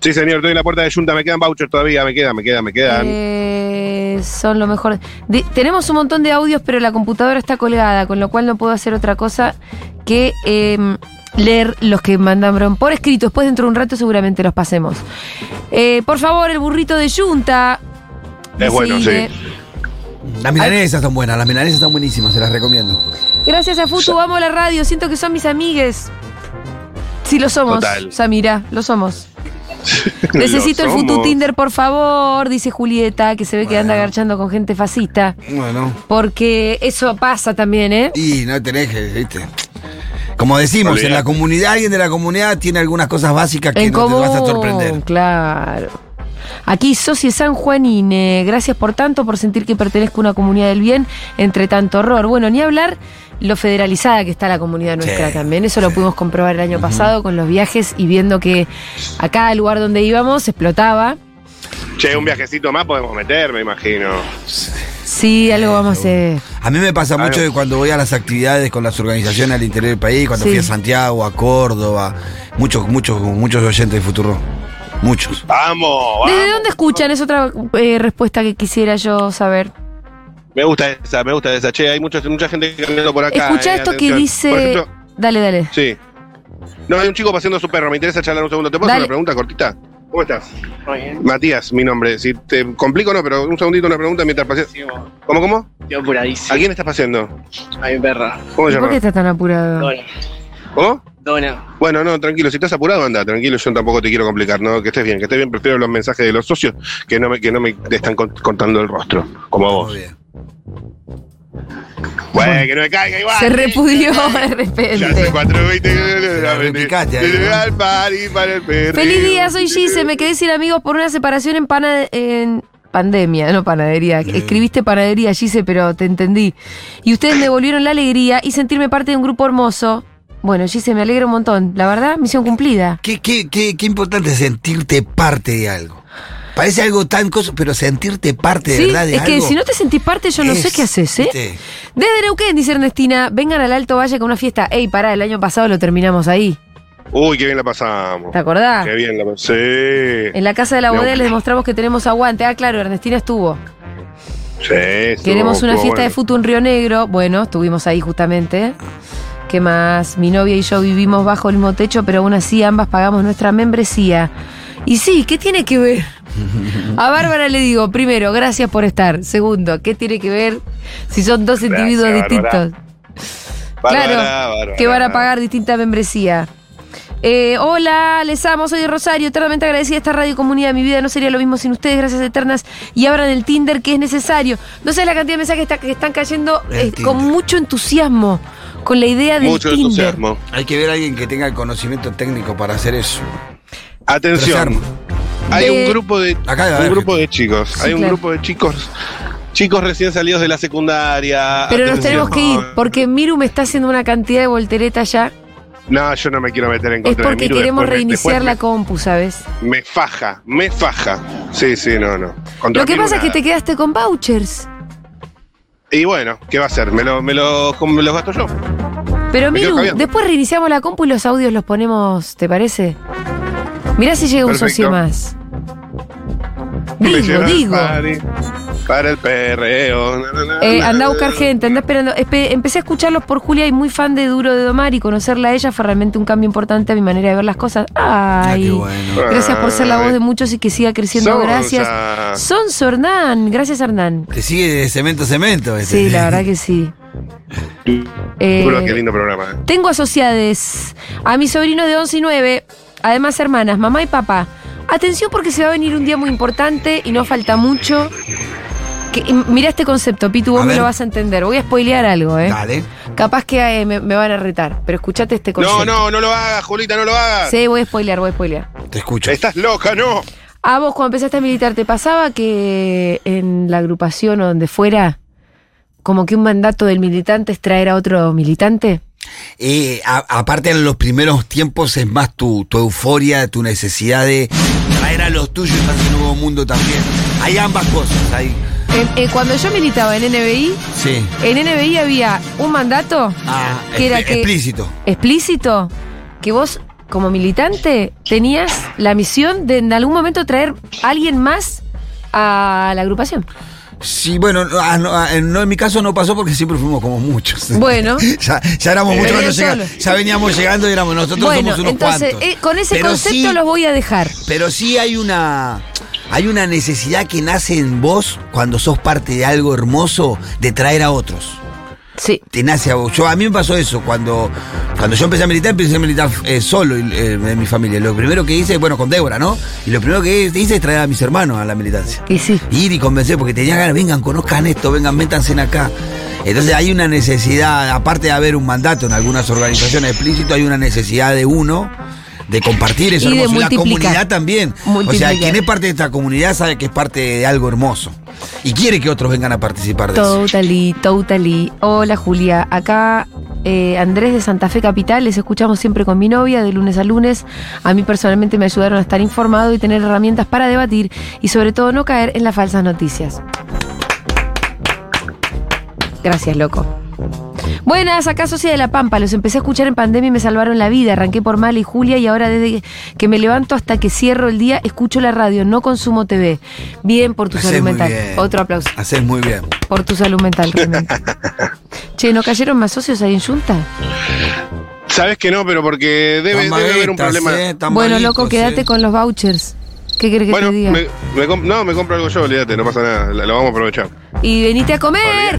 Speaker 3: Sí, señor, estoy en la puerta de Junta, me quedan vouchers todavía, me quedan, me quedan, me quedan.
Speaker 1: Eh, son lo mejor. De- tenemos un montón de audios, pero la computadora está colgada, con lo cual no puedo hacer otra cosa que em, leer los que mandaron por escrito. Después, dentro de un rato, seguramente los pasemos. Eh, por favor, el burrito de Yunta.
Speaker 3: Es bueno,
Speaker 1: eh,
Speaker 3: sí.
Speaker 2: Las milanesas son buenas, las milanesas están buenísimas, se las recomiendo.
Speaker 1: Gracias a Futu, vamos a la radio. Siento que son mis amigues. Sí, lo somos.
Speaker 3: Total.
Speaker 1: Samira, lo
Speaker 3: [LAUGHS]
Speaker 1: somos. Necesito el Futu Tinder, por favor, dice Julieta, que se ve que anda
Speaker 2: Bueno.
Speaker 1: agarchando con gente fascista.
Speaker 2: Bueno.
Speaker 1: Porque eso pasa también, ¿eh?
Speaker 2: Y no tenés que, viste. Como decimos,
Speaker 3: Olvidate.
Speaker 2: en la comunidad, alguien de la comunidad tiene algunas cosas básicas que
Speaker 1: en
Speaker 2: no
Speaker 1: común,
Speaker 2: te vas a sorprender.
Speaker 1: claro. Aquí, Socie San Juanine, gracias por tanto, por sentir que pertenezco a una comunidad del bien entre tanto horror. Bueno, ni hablar lo federalizada que está la comunidad nuestra
Speaker 2: Sí,
Speaker 1: también. Eso lo
Speaker 2: sí.
Speaker 1: pudimos comprobar el año pasado con los viajes y viendo que a cada lugar donde íbamos explotaba.
Speaker 3: Che, un viajecito más podemos meter, me imagino.
Speaker 1: Sí, algo vamos a hacer.
Speaker 2: A mí me pasa
Speaker 3: Claro.
Speaker 2: mucho de cuando voy a las actividades con las organizaciones al interior del país, cuando
Speaker 1: Sí.
Speaker 2: fui a Santiago, a Córdoba, muchos, muchos, muchos oyentes de Futuro. Muchos.
Speaker 3: Vamos, vamos.
Speaker 1: ¿Desde dónde escuchan? Es otra eh, respuesta que quisiera yo saber.
Speaker 3: Me gusta esa, me gusta esa. Che, hay mucha, mucha gente caminando por acá.
Speaker 1: Escucha
Speaker 3: eh,
Speaker 1: esto que
Speaker 3: atención. Por
Speaker 1: dice.
Speaker 3: ejemplo,
Speaker 1: Dale, dale.
Speaker 3: sí. No, hay un chico paseando a su perro. Me interesa charlar un segundo. ¿Te puedo hacer
Speaker 1: Dale.
Speaker 3: una pregunta cortita? ¿Cómo estás? Matías, mi nombre. Si te complico, no, pero un segundito, una pregunta mientras paseas. ¿Cómo, cómo?
Speaker 9: Estoy
Speaker 3: ¿A
Speaker 9: apuradísimo.
Speaker 3: quién estás paseando?
Speaker 9: A mi perra.
Speaker 3: ¿Cómo se
Speaker 1: ¿Y ¿Por qué
Speaker 3: llama?
Speaker 1: estás tan apurado?
Speaker 9: Dona.
Speaker 3: ¿Cómo?
Speaker 9: Dona.
Speaker 3: Bueno, no, tranquilo, si estás apurado, anda, tranquilo, yo tampoco te quiero complicar, no, que estés bien, que estés bien, prefiero los mensajes de los socios que no me, que no me están cont- contando el rostro, como a vos.
Speaker 2: Muy bien.
Speaker 3: Bueno, que no me caiga igual.
Speaker 1: Se repudió de
Speaker 3: Ya hace
Speaker 1: repente.
Speaker 3: 4.20
Speaker 2: la replicaste ahí,
Speaker 3: Desde
Speaker 2: ¿no?
Speaker 3: al party para el perreo.
Speaker 1: Feliz día, soy Gise. Me quedé sin amigos por una separación en, pana- en pandemia, no panadería. Escribiste panadería, Gise, pero te entendí. Y ustedes me volvieron la alegría y sentirme parte de un grupo hermoso. Bueno, Gise, me alegro un montón. La verdad, misión cumplida.
Speaker 2: Qué, qué, qué, qué importante sentirte parte de algo. Parece algo tan cosa, pero sentirte parte de
Speaker 1: Sí,
Speaker 2: verdad de
Speaker 1: es
Speaker 2: algo.
Speaker 1: que si no te sentís parte, yo no sé
Speaker 2: es, este
Speaker 1: qué haces, ¿eh?
Speaker 2: ¿viste?
Speaker 1: Desde Neuquén, dice Ernestina, vengan al Alto Valle con una fiesta. Ey, pará, el año pasado lo terminamos ahí.
Speaker 3: Uy, qué bien la pasamos.
Speaker 1: ¿Te acordás?
Speaker 3: Qué bien la pasamos. Sí.
Speaker 1: En la casa de la
Speaker 3: No.
Speaker 1: bodega les demostramos que tenemos aguante. Ah, claro, Ernestina estuvo.
Speaker 3: Sí, estuvo-
Speaker 1: Queremos una
Speaker 3: estuvo
Speaker 1: fiesta de
Speaker 3: bueno.
Speaker 1: fútbol en Río Negro. Bueno, estuvimos ahí justamente. ¿Qué más? Mi novia y yo vivimos bajo el mismo techo, pero aún así ambas pagamos nuestra membresía. Y sí, ¿qué tiene que
Speaker 3: [LAUGHS]
Speaker 1: ver? A Bárbara le digo, primero, gracias por estar. Segundo, ¿qué tiene que ver si son dos
Speaker 3: Gracias,
Speaker 1: individuos distintos?
Speaker 3: Bárbara. Bárbara,
Speaker 1: claro,
Speaker 3: Bárbara.
Speaker 1: que van a pagar distinta membresía. Eh, hola, les amo, soy de Rosario, eternamente agradecida a esta radio comunidad. Mi vida no sería lo mismo sin ustedes, gracias eternas. Y abran el Tinder que es necesario. No sé la cantidad de mensajes que está- que están cayendo
Speaker 2: El
Speaker 1: eh,
Speaker 2: Tinder.
Speaker 1: con mucho entusiasmo, con la idea del
Speaker 3: Mucho
Speaker 1: Tinder.
Speaker 3: entusiasmo.
Speaker 2: Hay que ver a alguien que tenga el conocimiento técnico para hacer eso.
Speaker 3: Atención. Hay
Speaker 1: De-
Speaker 3: un grupo de
Speaker 2: Acá debe
Speaker 3: un
Speaker 2: haber
Speaker 3: grupo de chicos.
Speaker 1: Sí,
Speaker 3: Hay un
Speaker 1: claro.
Speaker 3: grupo de chicos, chicos recién salidos de la secundaria.
Speaker 1: Pero nos tenemos
Speaker 3: Atención.
Speaker 1: que ir, porque Miru me está haciendo una cantidad de volteretas ya.
Speaker 3: No, yo no me quiero meter en
Speaker 1: Es
Speaker 3: contra de
Speaker 1: porque
Speaker 3: Miru,
Speaker 1: queremos
Speaker 3: después me-
Speaker 1: reiniciar la
Speaker 3: después
Speaker 1: compu, ¿sabes?
Speaker 3: Me, me faja, me faja. Sí, sí, no, no. Contra
Speaker 1: Lo que
Speaker 3: Miru
Speaker 1: pasa es que
Speaker 3: nada.
Speaker 1: te quedaste con vouchers.
Speaker 3: Y bueno, ¿qué va a hacer? Me lo, me lo, me los
Speaker 1: [LAUGHS]
Speaker 3: gasto yo.
Speaker 1: Pero
Speaker 3: Me quedo
Speaker 1: Miru,
Speaker 3: cambiando.
Speaker 1: después reiniciamos la compu y los audios los ponemos, ¿te parece? Mirá si llega un
Speaker 3: Perfecto.
Speaker 1: socio más.
Speaker 3: Me
Speaker 1: Digo,
Speaker 3: llevan al
Speaker 1: digo.
Speaker 3: party Para el perreo. na, na, na,
Speaker 1: Eh, andá
Speaker 3: na,
Speaker 1: a
Speaker 3: na,
Speaker 1: buscar
Speaker 3: na.
Speaker 1: gente, andá esperando. Espe- empecé a escucharlos por Julia y muy fan de Duro de Domar y conocerla a ella fue realmente un cambio importante a mi manera de ver las cosas.
Speaker 2: Ah,
Speaker 1: Ay,
Speaker 2: qué bueno.
Speaker 1: gracias por ser la voz
Speaker 3: Ay.
Speaker 1: de muchos y que siga creciendo.
Speaker 3: Sonsa.
Speaker 1: Gracias. Sonso Hernán, gracias Hernán.
Speaker 2: Te sigue de cemento a cemento. este.
Speaker 1: Sí, la verdad que sí. Eh,
Speaker 3: Juro, qué lindo programa. eh.
Speaker 1: Tengo asociades a mis sobrinos de 11 y 9, además hermanas, mamá y papá. Atención porque se va a venir un día muy importante y no falta mucho. Que- y mira este concepto, Pitu, vos
Speaker 2: A
Speaker 1: me
Speaker 2: ver.
Speaker 1: lo vas a entender. Voy a spoilear algo, ¿eh?
Speaker 2: Dale.
Speaker 1: Capaz que eh, me, me van a retar, pero escuchate este
Speaker 3: No,
Speaker 1: concepto.
Speaker 3: no, no lo hagas, Julita, no lo hagas.
Speaker 1: Sí, voy a spoilear, voy a spoilear.
Speaker 2: Te escucho.
Speaker 3: Estás loca, no.
Speaker 1: A vos, cuando empezaste a militar, ¿te pasaba que en la agrupación o donde fuera, como que un mandato del militante es traer a otro militante?
Speaker 2: Eh, a- aparte en los primeros tiempos es más tu, tu euforia, tu necesidad de traer a los tuyos a ese nuevo mundo también. Hay ambas cosas. Hay,
Speaker 1: En- eh, cuando yo militaba en NBI,
Speaker 2: sí.
Speaker 1: En NBI había un mandato
Speaker 2: Ah,
Speaker 1: Que era
Speaker 2: expli-
Speaker 1: que-
Speaker 2: explícito.
Speaker 1: explícito que vos, como militante, tenías la misión de en algún momento traer a alguien más a la agrupación.
Speaker 2: Sí, bueno, no, ah, no, ah, en- no, en mi caso no pasó porque siempre fuimos como muchos. [LAUGHS]
Speaker 1: Bueno.
Speaker 2: ya, ya éramos muchos,
Speaker 1: Venían
Speaker 2: no llega-
Speaker 1: solos.
Speaker 2: ya veníamos llegando y éramos nosotros
Speaker 1: bueno,
Speaker 2: somos unos
Speaker 1: entonces,
Speaker 2: cuantos.
Speaker 1: eh, con ese
Speaker 2: Pero
Speaker 1: concepto
Speaker 2: sí-
Speaker 1: los voy a dejar.
Speaker 2: Pero sí hay una. Hay una necesidad que nace en vos cuando sos parte de algo hermoso de traer a otros.
Speaker 1: Sí.
Speaker 2: Te nace a vos. Yo, a mí me pasó eso. Cuando, cuando yo empecé a militar, empecé a militar eh, solo eh, en mi familia. Lo primero que hice, bueno, con Débora, ¿no? Y lo primero que hice es traer a mis hermanos a la militancia.
Speaker 1: Y sí.
Speaker 2: Ir y convencer, porque tenía ganas, vengan, conozcan esto, vengan, métanse en acá. Entonces hay una necesidad, aparte de haber un mandato en algunas organizaciones explícito, hay una necesidad de uno de compartir eso
Speaker 1: Y de
Speaker 2: hermoso. Y la
Speaker 1: multiplicar.
Speaker 2: comunidad también. O sea,
Speaker 1: Multiplicar.
Speaker 2: quien es parte de esta comunidad sabe que es parte de algo hermoso. Y quiere que otros vengan a participar de eso.
Speaker 1: Totally, totally. Hola Julia, acá eh, Andrés de Santa Fe Capital, les escuchamos siempre con mi novia de lunes a lunes. A mí personalmente me ayudaron a estar informado y tener herramientas para debatir y sobre todo no caer en las falsas noticias. Gracias, loco. Buenas, acá Socia de la Pampa. Los empecé a escuchar en pandemia y me salvaron la vida. Arranqué por Mala y Julia y ahora desde que me levanto hasta que cierro el día escucho la radio, no consumo TV. Bien por tu
Speaker 2: Hacés
Speaker 1: salud
Speaker 2: muy
Speaker 1: mental.
Speaker 2: bien.
Speaker 1: Otro aplauso.
Speaker 2: Haces muy bien.
Speaker 1: Por tu salud mental, realmente. che, ¿no cayeron más socios ahí en Junta?
Speaker 3: Sabes que no, pero porque debe,
Speaker 2: Tan
Speaker 3: debe haber un
Speaker 2: vaguetas,
Speaker 3: problema.
Speaker 2: eh, tan
Speaker 1: Bueno,
Speaker 2: vaguitos,
Speaker 1: loco, quédate
Speaker 2: eh.
Speaker 1: con los vouchers. ¿Qué querés que
Speaker 3: Bueno,
Speaker 1: te diga?
Speaker 3: me- me comp- no, me compro algo yo, olvídate, no pasa nada, la- lo vamos a aprovechar.
Speaker 1: Y venite a comer.